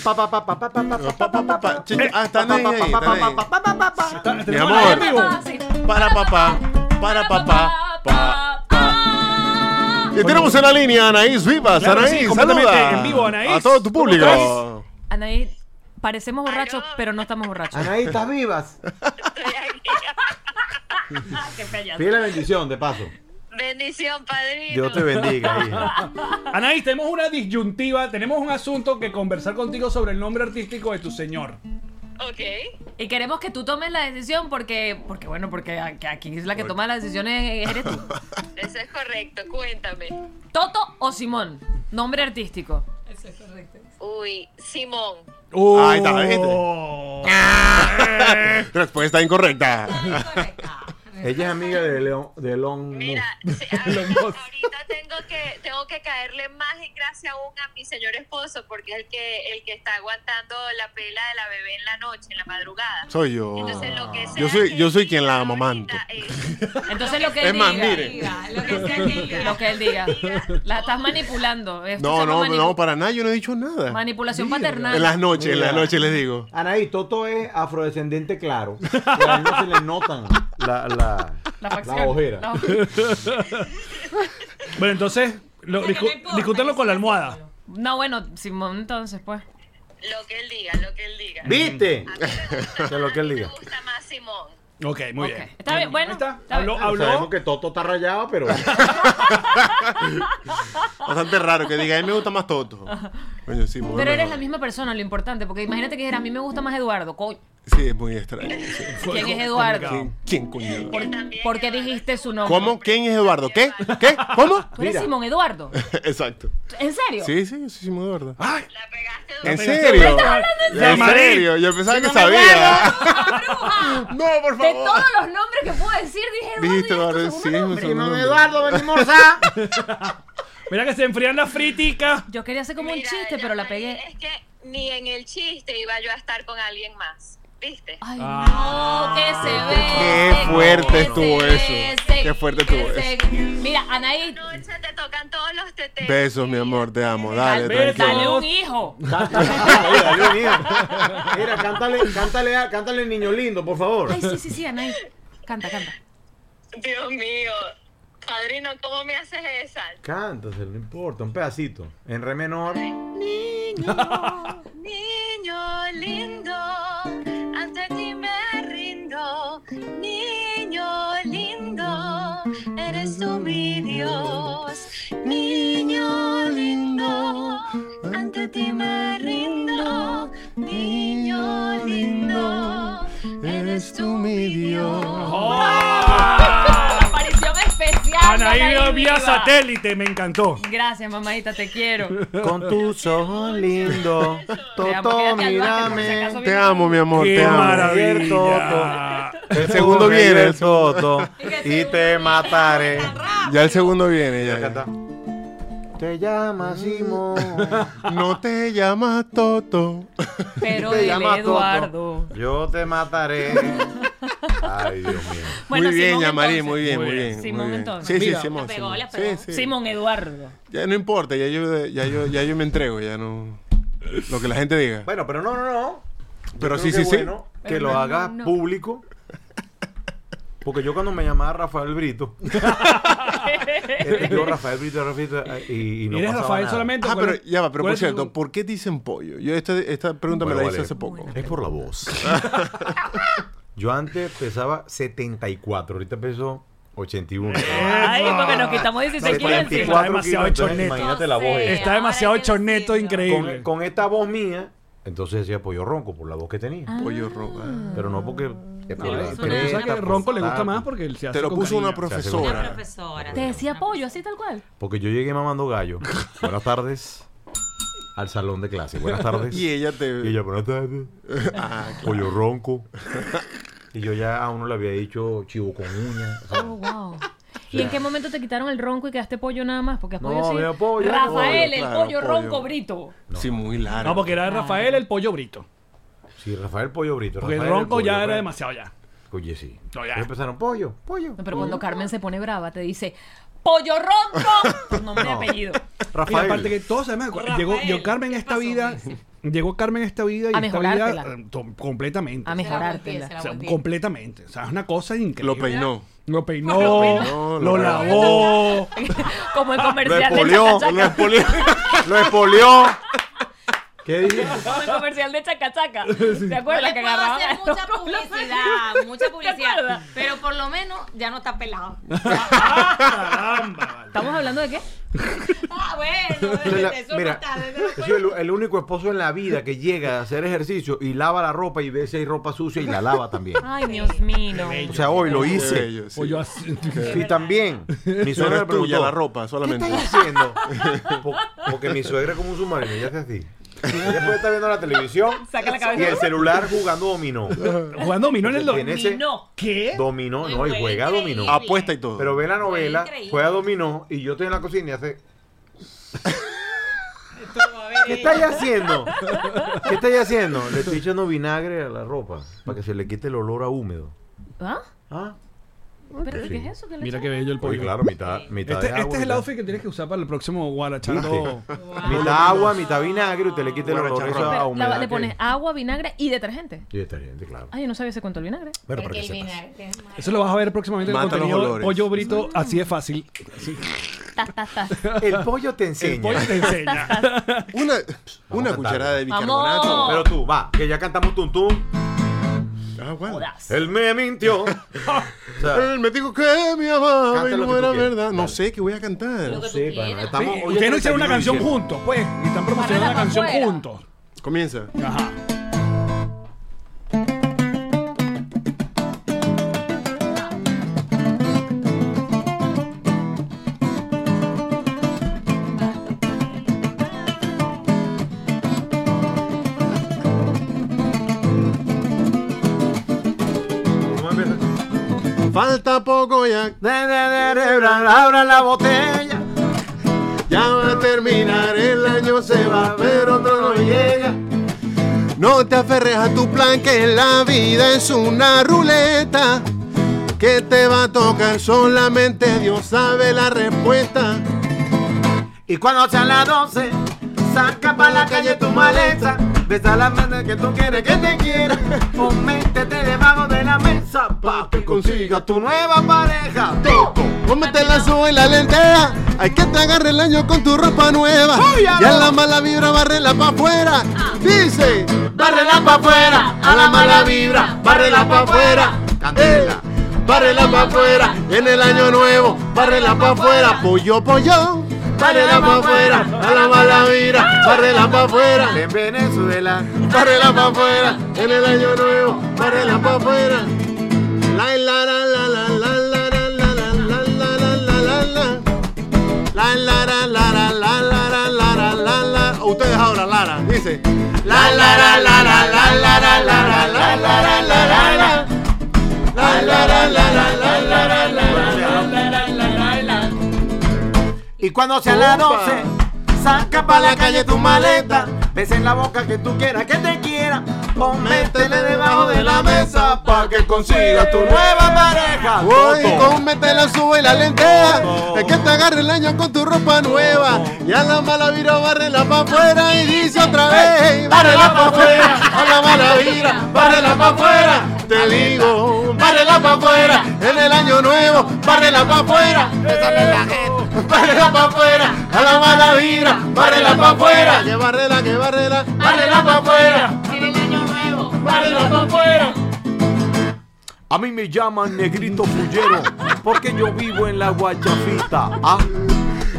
Speaker 5: Pa, pa, pa, pa, pa, pa, pa, pa,
Speaker 6: Pa, pa, pa, pa. Chica, Ah, están ahí, ahí,
Speaker 5: pa,
Speaker 6: están
Speaker 5: pa,
Speaker 6: ahí.
Speaker 5: pa, pa, pa, pa, pa.
Speaker 3: Está-
Speaker 6: Mi
Speaker 3: tenemos
Speaker 6: amor.
Speaker 3: en vivo.
Speaker 4: Sí.
Speaker 6: Para papá, para papá, pa, pa.
Speaker 4: pa.
Speaker 6: Y tenemos en la línea a Anaís Vivas.
Speaker 3: Claro que sí,
Speaker 6: Anaís,
Speaker 3: completamente
Speaker 6: saluda.
Speaker 3: en vivo, Anaís.
Speaker 6: A todo tu
Speaker 3: ¿Cómo
Speaker 6: público.
Speaker 4: Anaí, parecemos borrachos, pero no estamos borrachos.
Speaker 5: Anaí, ¿estás vivas?
Speaker 4: Qué payaso.
Speaker 5: Pide la bendición, de paso.
Speaker 8: Bendición, padrino.
Speaker 5: Dios te bendiga, hija.
Speaker 3: Anaís, tenemos una disyuntiva, tenemos un asunto que conversar contigo sobre el nombre artístico de tu señor.
Speaker 8: Ok.
Speaker 4: Y queremos que tú tomes la decisión porque, porque bueno, porque a- que aquí es la que toma las decisiones eres tú.
Speaker 8: Eso es correcto. Cuéntame.
Speaker 4: Toto o Simón, nombre artístico.
Speaker 7: Eso es correcto.
Speaker 8: Uy, Simón.
Speaker 3: Oh.
Speaker 6: Ahí está, Respuesta incorrecta.
Speaker 7: Correcta.
Speaker 5: Ella es amiga de León. De León
Speaker 8: Mira, sí, ahorita, ahorita tengo que tengo que caerle más en gracia aún a mi señor esposo porque es el que el que está aguantando la pela de la bebé en la noche, en la madrugada.
Speaker 6: Soy yo.
Speaker 8: Entonces, lo que sea
Speaker 6: Yo soy,
Speaker 8: que
Speaker 6: yo soy quien
Speaker 8: diga
Speaker 6: la
Speaker 8: eh, ahorita
Speaker 6: amamanto.
Speaker 8: es-
Speaker 4: Entonces lo que él
Speaker 6: Es más,
Speaker 4: diga.
Speaker 6: miren.
Speaker 7: Diga, Lo que sea que diga.
Speaker 4: Lo que él diga. La estás manipulando. Esto
Speaker 6: No, no,
Speaker 4: Este se llama manipu-
Speaker 6: no, para nada, yo no he dicho nada.
Speaker 4: Manipulación
Speaker 6: En las
Speaker 4: paternal.
Speaker 6: noches, en las
Speaker 5: Mira.
Speaker 6: noches les digo.
Speaker 5: Anaí, Toto es afrodescendiente claro. Y a él no se le notan la, la,
Speaker 4: La facción.
Speaker 5: la ojera.
Speaker 4: La-
Speaker 3: Bueno, entonces, lo,
Speaker 7: Pero
Speaker 3: discu-
Speaker 7: no importa,
Speaker 3: discútanlo con la
Speaker 7: eso
Speaker 3: almohada.
Speaker 4: No, bueno, Simón, entonces, pues.
Speaker 8: Lo que él diga, lo que él diga.
Speaker 5: ¿Viste?
Speaker 8: A mí me gusta
Speaker 5: De lo
Speaker 8: más-
Speaker 5: que él
Speaker 8: a mí
Speaker 5: diga.
Speaker 8: Me gusta más Simón.
Speaker 3: Ok, muy
Speaker 4: Ok.
Speaker 3: bien.
Speaker 4: Está bien, bueno.
Speaker 3: Ahí está.
Speaker 4: está bien.
Speaker 3: Habló,
Speaker 5: Sabemos
Speaker 3: habló.
Speaker 5: que Toto está rayado, pero.
Speaker 6: Bastante raro que diga, a mí me gusta más Toto. Coño, sí, muy
Speaker 4: Pero eres
Speaker 6: mejor.
Speaker 4: la misma persona, lo importante, porque imagínate que dijera, a mí me gusta más Eduardo. coño.
Speaker 6: Sí, es muy extraño. sí.
Speaker 4: ¿Quién es Eduardo?
Speaker 6: ¿Quién, quién coño?
Speaker 4: ¿Por, por qué dijiste su nombre?
Speaker 6: ¿Cómo? ¿Quién es Eduardo? ¿Qué? ¿Qué? ¿Cómo?
Speaker 4: ¿Tú eres
Speaker 5: Mira.
Speaker 4: Simón Eduardo?
Speaker 6: Exacto.
Speaker 4: ¿En serio?
Speaker 6: Sí, sí, yo soy Simón Eduardo.
Speaker 8: La pegaste
Speaker 6: ¿En
Speaker 8: duro.
Speaker 6: serio?
Speaker 3: de
Speaker 6: ¿En serio? Yo pensaba que sabía. No, por
Speaker 4: De todos
Speaker 6: favor.
Speaker 4: los nombres que puedo decir, dije Eduardo.
Speaker 6: Dijiste
Speaker 4: y
Speaker 6: Eduardo,
Speaker 4: es tu
Speaker 6: sí,
Speaker 4: segundo
Speaker 6: es mi
Speaker 4: nombre.
Speaker 6: segundo nombre.
Speaker 5: venimos a.
Speaker 3: Mira que se enfrían las friticas.
Speaker 4: Yo quería hacer como un
Speaker 8: Mira,
Speaker 4: chiste, pero la
Speaker 8: Yamari,
Speaker 4: pegué.
Speaker 8: Es que ni en el chiste iba yo a estar con alguien más. ¿Viste?
Speaker 4: Ay,
Speaker 3: Ah.
Speaker 4: no, que se
Speaker 6: Qué
Speaker 4: ve.
Speaker 6: fuerte
Speaker 4: que
Speaker 6: estuvo
Speaker 4: se
Speaker 6: eso.
Speaker 4: ve, se-
Speaker 6: Qué fuerte estuvo
Speaker 4: que se- Mira, Anaí,
Speaker 8: Noche te tocan todos los tetes.
Speaker 6: Besos, mi amor, te amo. Dale,
Speaker 3: Besos.
Speaker 4: dale
Speaker 6: tranquilo.
Speaker 4: un hijo.
Speaker 5: Mira, cántale, cántale, a- cántale, niño lindo, por favor.
Speaker 4: Ay, sí, sí, sí, Anaí. Canta, canta.
Speaker 8: Dios mío. Padrino, ¿cómo me haces esa?
Speaker 5: Cántaselo, no importa, un pedacito. En re menor.
Speaker 8: Niño, niño lindo, ante ti me rindo. Niño lindo, eres tú mi Dios. Niño lindo, ante ti me rindo. Niño lindo, eres tú mi Dios.
Speaker 4: Aparición especial. de
Speaker 3: Anaí vía
Speaker 4: Viva.
Speaker 3: satélite, me encantó.
Speaker 4: Gracias, mamadita, te quiero.
Speaker 5: Con tus ojos lindos.
Speaker 4: amo,
Speaker 5: Toto,
Speaker 4: quédate al baño, por si
Speaker 5: mírame.
Speaker 4: acaso.
Speaker 6: Te amo, mi amor,
Speaker 3: Qué
Speaker 6: te amo.
Speaker 3: maravilla.
Speaker 6: El segundo viene.
Speaker 5: el Toto. Y te mataré.
Speaker 6: Ya el segundo viene. Ya, ya.
Speaker 5: Te llamas Simón.
Speaker 6: No te llamas Toto.
Speaker 4: Pero
Speaker 5: Te
Speaker 4: dile
Speaker 5: llamas Toto.
Speaker 4: Eduardo.
Speaker 5: Yo te mataré. Ay, Dios mío.
Speaker 4: Bueno,
Speaker 6: muy bien,
Speaker 4: Simón,
Speaker 6: Yamari,
Speaker 4: entonces.
Speaker 6: muy bien, muy
Speaker 3: Muy bien.
Speaker 6: bien. muy
Speaker 4: Simón,
Speaker 6: bien.
Speaker 4: entonces.
Speaker 6: Sí, sí,
Speaker 3: Mira.
Speaker 6: Simón.
Speaker 4: La pegó,
Speaker 6: Simón.
Speaker 4: la pegó.
Speaker 6: Sí, sí.
Speaker 4: Simón Eduardo.
Speaker 6: Ya no importa, ya yo, ya yo, ya yo me entrego, ya no. Lo que la gente diga.
Speaker 5: Bueno, pero no, no, no. Yo
Speaker 6: Pero sí,
Speaker 5: creo que
Speaker 6: sí, sí.
Speaker 5: bueno Que
Speaker 4: Pero
Speaker 5: lo
Speaker 4: no, no,
Speaker 5: hagas
Speaker 4: no.
Speaker 5: público. Porque yo cuando me llamaba Rafael Brito. este, yo Rafael Brito, Rafael Brito. eh, Y, y no
Speaker 3: ¿Eres
Speaker 5: pasaba
Speaker 3: Rafael
Speaker 5: nada.
Speaker 3: solamente?
Speaker 6: Ah,
Speaker 3: ¿Cuál
Speaker 6: pero
Speaker 3: es-
Speaker 6: ya va, pero
Speaker 3: cuál
Speaker 6: por
Speaker 3: es tu-
Speaker 6: cierto, ¿por qué dicen pollo? Yo esta, esta pregunta me
Speaker 5: Bueno,
Speaker 6: la hice
Speaker 5: vale.
Speaker 6: hace poco.
Speaker 5: Es por la voz. yo antes pesaba 74, ahorita peso 81.
Speaker 4: Ay, porque nos quitamos
Speaker 5: No,
Speaker 4: 16
Speaker 5: de
Speaker 4: kilos encima.
Speaker 5: 44
Speaker 3: demasiado
Speaker 5: kilos, entonces
Speaker 3: choneto.
Speaker 5: Imagínate la voz.
Speaker 4: No sé.
Speaker 5: esa.
Speaker 3: Está demasiado
Speaker 4: Ahora hay que
Speaker 3: choneto,
Speaker 4: decirlo.
Speaker 3: increíble.
Speaker 5: Con, con esta voz mía, entonces decía pollo ronco por la voz que tenía.
Speaker 4: Ah.
Speaker 6: Pollo roba.
Speaker 5: Pero no porque.
Speaker 3: Pero
Speaker 5: Pero
Speaker 3: tú sabes que el Ronco le gusta más porque él se hace
Speaker 6: Te lo
Speaker 3: con
Speaker 6: puso una
Speaker 3: cariño.
Speaker 7: Una
Speaker 6: profesora.
Speaker 7: profesora.
Speaker 4: Te decía pollo, así tal cual.
Speaker 5: Porque yo llegué mamando gallo. Buenas tardes. Al salón de clase. Buenas tardes.
Speaker 6: Y ella te.
Speaker 5: Y ella, buenas tardes.
Speaker 6: Ah,
Speaker 5: Pollo ronco. Y yo ya a uno le había dicho chivo con uña. ¿sabes?
Speaker 4: Oh, wow. ¿Y en qué momento te quitaron el ronco y quedaste pollo nada más? Porque has
Speaker 5: No,
Speaker 4: podido decir
Speaker 5: veo pollo,
Speaker 4: Rafael,
Speaker 6: pollo,
Speaker 4: el
Speaker 6: claro, pollo.
Speaker 4: pollo ronco brito.
Speaker 6: Sí, muy largo.
Speaker 3: No, porque era Rafael el pollo brito.
Speaker 5: Sí, Rafael Pollo Brito.
Speaker 3: Porque el
Speaker 5: Rafael
Speaker 3: Ronco
Speaker 5: Pollo
Speaker 3: ya
Speaker 5: Brito.
Speaker 3: era demasiado ya.
Speaker 5: Oye, sí.
Speaker 3: No, ya.
Speaker 5: Ellos empezaron pollo, pollo.
Speaker 4: No, pero cuando Carmen se pone brava, te dice pollo ronco. Por nombre y
Speaker 5: No.
Speaker 4: apellido.
Speaker 3: Y
Speaker 5: Rafael.
Speaker 3: aparte que todos sabemos, llegó, llegó Carmen a esta vida, llegó Carmen a esta vida y
Speaker 4: A
Speaker 3: esta vida
Speaker 4: mejorártela.
Speaker 3: eh, to- completamente.
Speaker 4: A mejorártela.
Speaker 3: O sea, completamente. O sea, es una cosa increíble.
Speaker 6: Lo peinó.
Speaker 3: Lo peinó,
Speaker 4: Lo
Speaker 3: lo,
Speaker 4: peinó,
Speaker 8: lo
Speaker 3: lavó.
Speaker 4: Como el
Speaker 8: Lo
Speaker 4: comercial de
Speaker 8: espolió,
Speaker 4: Chacachaca.
Speaker 8: lo espolió. Lo espolió. ¿Qué dije?
Speaker 4: Como el comercial de Chacachaca. ¿Te acuerdas que
Speaker 9: puedo
Speaker 4: agarraban?
Speaker 9: hacer
Speaker 4: a
Speaker 9: mucha
Speaker 4: los colores?
Speaker 9: publicidad, mucha publicidad.
Speaker 4: acuerdas?
Speaker 9: Pero por lo menos ya no está pelado.
Speaker 4: ¿Estamos hablando de qué?
Speaker 9: Ah, bueno,
Speaker 10: Soy la-
Speaker 9: eso no
Speaker 5: mira,
Speaker 9: está. eso
Speaker 5: yo soy el, el único esposo en la vida que llega a hacer ejercicio y lava la ropa y ve si hay ropa sucia y la lava también.
Speaker 4: Ay, Dios mío.
Speaker 5: O sea, hoy lo hice.
Speaker 8: Qué bello, sí.
Speaker 5: O
Speaker 3: yo
Speaker 5: Sí, también. Mi
Speaker 8: No
Speaker 5: suegra
Speaker 8: era
Speaker 5: me preguntó,
Speaker 8: tuya la ropa, solamente.
Speaker 5: ¿Qué estás haciendo? Po- porque mi suegra es como un submarino, ya te así. Ella puede estar viendo la televisión
Speaker 4: Saca la
Speaker 5: y
Speaker 4: cabeza.
Speaker 5: el celular jugando dominó.
Speaker 3: Jugando dominó en el
Speaker 5: Tiene ese-
Speaker 4: Dominó.
Speaker 3: ¿Qué?
Speaker 5: Dominó, no, y juega dominó.
Speaker 8: Apuesta y todo.
Speaker 5: Pero ve la novela,
Speaker 9: Increíble.
Speaker 5: juega dominó y yo estoy en la cocina y hace...
Speaker 9: va a ver
Speaker 5: ¿Qué
Speaker 9: ella.
Speaker 5: estáis haciendo? ¿Qué estáis haciendo? Le estoy echando vinagre a la ropa para que se le quite el olor a húmedo.
Speaker 4: ¿Ah?
Speaker 5: ¿Ah?
Speaker 4: ¿Pero
Speaker 5: Sí.
Speaker 4: qué es eso? ¿Qué le
Speaker 3: Mira
Speaker 4: echas?
Speaker 3: qué bello el pollo.
Speaker 5: Porque claro, mitad, mitad
Speaker 3: Este,
Speaker 5: de
Speaker 3: este
Speaker 5: agua.
Speaker 3: es el
Speaker 5: mitad-
Speaker 3: outfit que tienes que usar para el próximo Guarachando.
Speaker 5: Mitad agua, mitad vinagre, usted le quita el
Speaker 8: Bueno,
Speaker 5: olor eso
Speaker 8: charrón.
Speaker 5: a
Speaker 4: Pero
Speaker 5: humedad.
Speaker 4: la- le
Speaker 5: que-
Speaker 4: pones agua, vinagre y detergente.
Speaker 5: Sí, está bien, sí, claro.
Speaker 4: Ay, yo no sabía ese cuento del vinagre.
Speaker 5: Bueno, para
Speaker 9: Porque
Speaker 5: que
Speaker 9: el
Speaker 5: sepas.
Speaker 9: vinagre es malo.
Speaker 3: Eso lo vas a ver próximamente en el
Speaker 8: Mata los
Speaker 3: contenido
Speaker 8: olores.
Speaker 3: Pollo Brito, así de fácil. Sí.
Speaker 4: Ta, ta, ta.
Speaker 5: El pollo te
Speaker 3: El pollo
Speaker 5: enseña.
Speaker 3: te enseña.
Speaker 8: Una, una
Speaker 5: a cantarlo.
Speaker 8: cucharada de
Speaker 4: Vamos.
Speaker 8: bicarbonato.
Speaker 5: Pero tú, va, que ya cantamos tuntum.
Speaker 8: Ah, bueno.
Speaker 4: Jodas.
Speaker 5: Él me mintió. O sea,
Speaker 8: Él me dijo que me amaba
Speaker 5: Canta
Speaker 8: y
Speaker 5: lo
Speaker 8: no
Speaker 5: que tú
Speaker 8: era
Speaker 5: quieras.
Speaker 8: verdad. No
Speaker 5: Dale.
Speaker 8: sé qué voy a cantar.
Speaker 9: Lo que tú
Speaker 5: sí, bueno,
Speaker 9: quieras.
Speaker 5: estamos- hoy
Speaker 3: Ustedes no
Speaker 5: es
Speaker 3: hicieron una
Speaker 5: 31 de
Speaker 3: canción
Speaker 5: diciembre.
Speaker 3: juntos, pues. Ni están promocionando
Speaker 4: Barrera
Speaker 3: una
Speaker 4: pa'
Speaker 3: canción
Speaker 4: afuera.
Speaker 3: juntos.
Speaker 8: Comienza.
Speaker 3: Ajá.
Speaker 5: ¿Cómo empieza?
Speaker 8: Falta poco ya.
Speaker 5: De, de, de, de, bra, Abra la botella.
Speaker 8: Ya va a terminar el año, se va a ver otro no llega. No te aferres a tu plan, que la vida es una ruleta. Que te va a tocar solamente Dios sabe la respuesta.
Speaker 5: Y cuando sean las 12, saca para la calle tu maleta. Besa la mano que tú quieres que te quiera. O métete debajo de la mesa pa' que consiga tu nueva pareja.
Speaker 8: Cómete el lazo y la lenteja. Hay que te agarre el año con tu ropa nueva.
Speaker 5: ya
Speaker 8: Ya
Speaker 5: no. Ah.
Speaker 8: la mala vibra, barrela pa' afuera. Dice,
Speaker 5: Bárrela pa' afuera, a la mala vibra, bárrela pa' afuera. Candela,
Speaker 8: barrela pa' afuera. En el año nuevo, barrela pa' afuera. Pollo, pollo.
Speaker 5: bárrela pa' afuera, a la mala vibra, bárrela pa' afuera. En Venezuela,
Speaker 8: Barrela pa' afuera, en el año nuevo, barrela pa' afuera. La la la la la la la la la la la la la la la la. La la la la la la la la la la la la. Ustedes ahora, Lara, dice. La la la la la la la la la la la la la la la la. La la la la la la la la la la la la.
Speaker 5: Y cuando sean las
Speaker 8: Opa.
Speaker 5: 12, saca pa' la calle tu maleta. Besa en la boca que tú quieras, que te quiera. O métele debajo de la mesa pa' que consigas tu nueva pareja.
Speaker 8: Voy,
Speaker 5: Toto.
Speaker 8: cómete la suba y la lenteja. Es que te agarre el año con tu ropa nueva. Y a la mala vira, barrela pa' afuera y dice otra vez.
Speaker 5: Bárrela pa' afuera,
Speaker 8: a la mala vira,
Speaker 5: bárrela pa' afuera.
Speaker 8: Te digo, barrela pa' afuera. En el año nuevo, barrela pa' afuera. Bésale la gente. Barrela pa' afuera, a la mala vira, barrela pa' afuera. Que barrela, que barrela, barrela pa' afuera.
Speaker 9: En el año nuevo.
Speaker 8: Barrela pa' afuera.
Speaker 5: A mí me llaman negrito fullero porque yo vivo en la guachafita. Ah,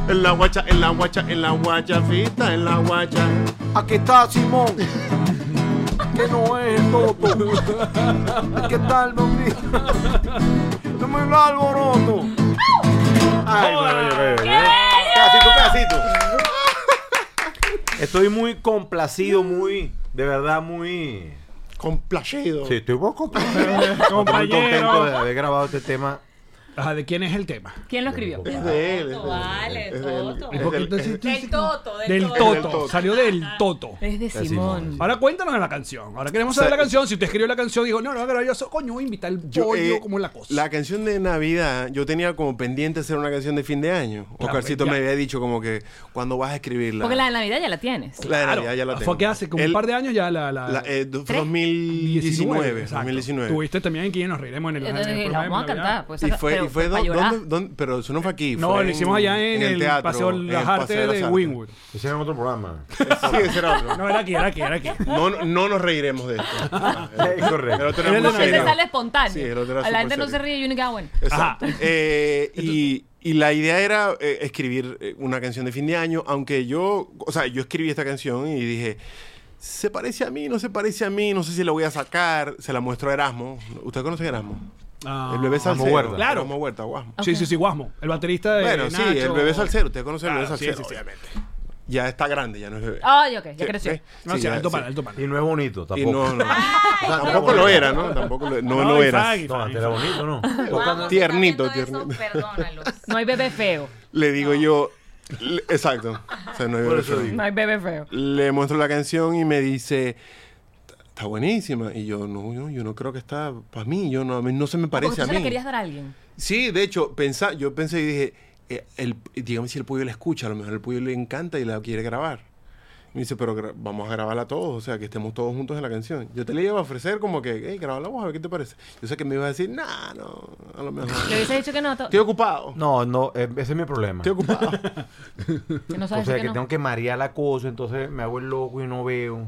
Speaker 8: En la guacha, en la guacha, en la guacha, fita, en la guacha.
Speaker 5: aquí está Simón. Que no es el Toto. ¿Qué tal, don Vito? No me lo alboroto. Ay, bueno, yo creo, ¿eh? Pedacito, pedacito. Estoy muy complacido, muy, de verdad, muy.
Speaker 8: Complacido.
Speaker 5: Sí, estoy muy complacido. Estoy muy
Speaker 3: Compañero.
Speaker 5: contento de haber grabado este tema
Speaker 3: Ajá, Ah, ¿de quién es el tema?
Speaker 4: ¿Quién lo escribió?
Speaker 3: Es de él, es de él.
Speaker 11: Vale,
Speaker 3: Es del-
Speaker 11: Toto.
Speaker 3: ¿Y por qué tú
Speaker 11: Del
Speaker 3: hiciste-
Speaker 11: Toto, del,
Speaker 3: Del
Speaker 11: Toto.
Speaker 3: Toto, salió del Toto.
Speaker 4: Es de Simón.
Speaker 3: Ahora cuéntanos de la canción. Ahora queremos
Speaker 6: O sea,
Speaker 3: saber la canción. Si usted escribió la canción, dijo, no, no, pero yo soy, coño, voy a invitar el
Speaker 6: Yo,
Speaker 3: pollo
Speaker 6: eh,
Speaker 3: como la cosa.
Speaker 6: La canción de Navidad, yo tenía como pendiente hacer una canción de fin de año. Oscarcito me había dicho como que, cuando vas a escribirla?
Speaker 4: Porque la de Navidad ya la tienes.
Speaker 6: La de Navidad ya la tengo.
Speaker 3: Fue que hace como
Speaker 6: El-
Speaker 3: un par de años ya la... la,
Speaker 6: La- eh, do- 2019.
Speaker 3: exacto.
Speaker 6: 2019.
Speaker 3: Tuviste también aquí en Nos Reiremos en el...
Speaker 4: Eh,
Speaker 3: en el
Speaker 4: eh,
Speaker 3: programa
Speaker 4: la
Speaker 3: de
Speaker 4: vamos a
Speaker 3: Navidad.
Speaker 4: cantar, pues,
Speaker 6: Y
Speaker 4: saca-
Speaker 6: fue,
Speaker 4: pero
Speaker 6: y fue
Speaker 4: pa'
Speaker 6: do-
Speaker 4: llorar.
Speaker 6: ¿dónde- dónde- pero eso no fue aquí.
Speaker 3: No,
Speaker 6: fue
Speaker 3: lo hicimos allá en el Paseo de las
Speaker 6: en el
Speaker 3: Artes
Speaker 6: Paseo
Speaker 3: de
Speaker 6: las
Speaker 3: Wynwood.
Speaker 6: Ese era otro programa. sí, ese era otro.
Speaker 3: No, era aquí, era aquí, era aquí.
Speaker 6: No, no nos reiremos de esto. Es correcto. El otro era muy
Speaker 4: No, ese
Speaker 6: serio.
Speaker 4: sale espontáneo.
Speaker 6: Sí, el otro era
Speaker 4: a la
Speaker 6: súper
Speaker 4: gente no
Speaker 6: serio.
Speaker 4: se ríe y uno queda bueno.
Speaker 6: Exacto. Eh, y, y la idea era eh, escribir eh, una canción de fin de año, aunque yo, o sea, yo escribí esta canción y dije, se parece a mí, no se parece a mí, no sé si la voy a sacar, se la muestro a Erasmo. ¿Usted conoce a Erasmo?
Speaker 3: Ah,
Speaker 6: el bebé
Speaker 3: Guasmo
Speaker 6: Salcero.
Speaker 3: Huerta. Claro.
Speaker 6: Guasmo Huerta, Guasmo.
Speaker 3: Sí, sí, sí, Guasmo. El baterista de
Speaker 6: Bueno,
Speaker 3: Nacho.
Speaker 6: sí, el bebé Salcero, usted conoce el bebé
Speaker 3: Claro, sí,
Speaker 6: Salcero,
Speaker 3: sí, sí.
Speaker 6: obviamente. Ya está grande, ya no es bebé.
Speaker 4: Ay, ok, ya
Speaker 6: Sí,
Speaker 4: creció.
Speaker 6: ¿ves?
Speaker 3: Ah, No,
Speaker 6: Sí,
Speaker 3: sí,
Speaker 6: ya,
Speaker 3: alto
Speaker 6: sí.
Speaker 3: para, alto para.
Speaker 5: Y no es bonito
Speaker 6: Y
Speaker 5: tampoco.
Speaker 6: no, no.
Speaker 5: qué
Speaker 6: Tampoco
Speaker 5: bonito.
Speaker 6: lo era, ¿no? Tampoco lo, no, no
Speaker 5: y
Speaker 6: era.
Speaker 5: fag, y No, fag. antes era bonito, ¿no?
Speaker 11: Vamos,
Speaker 6: Tiernito,
Speaker 11: si están
Speaker 6: tiernito.
Speaker 11: viendo eso, Perdónalo.
Speaker 4: No hay bebé feo.
Speaker 6: Le digo yo. le- exacto. O sea, no hay
Speaker 5: Por
Speaker 6: bebé
Speaker 5: eso
Speaker 6: feo.
Speaker 4: No hay bebé feo.
Speaker 6: Le muestro la canción y me dice. Está buenísima. Y yo, no, yo, yo no creo que está para mí. Yo no, a mí no se me
Speaker 4: Porque
Speaker 6: parece
Speaker 4: tú
Speaker 6: a
Speaker 4: se la
Speaker 6: mí.
Speaker 4: querías dar a alguien.
Speaker 6: Sí, de hecho, pensa, yo pensé y dije, eh, el, dígame si el pollo la escucha, a lo mejor el pollo le encanta y la quiere grabar. Y me dice, pero gra- vamos a grabarla todos, o sea, que estemos todos juntos en la canción. Yo te le iba a ofrecer como que, hey, grabala vos, a ver qué te parece. Yo sé que me ibas a decir, nah, no, a lo mejor.
Speaker 4: Le hubiese dicho que no. to-
Speaker 6: Estoy ocupado.
Speaker 5: No, no, eh, ese es mi problema.
Speaker 6: Estoy ocupado.
Speaker 4: Que no
Speaker 5: O
Speaker 4: sabes
Speaker 5: sea,
Speaker 4: que,
Speaker 5: que
Speaker 4: no.
Speaker 5: tengo que marear la cosa, entonces me hago el loco y no veo.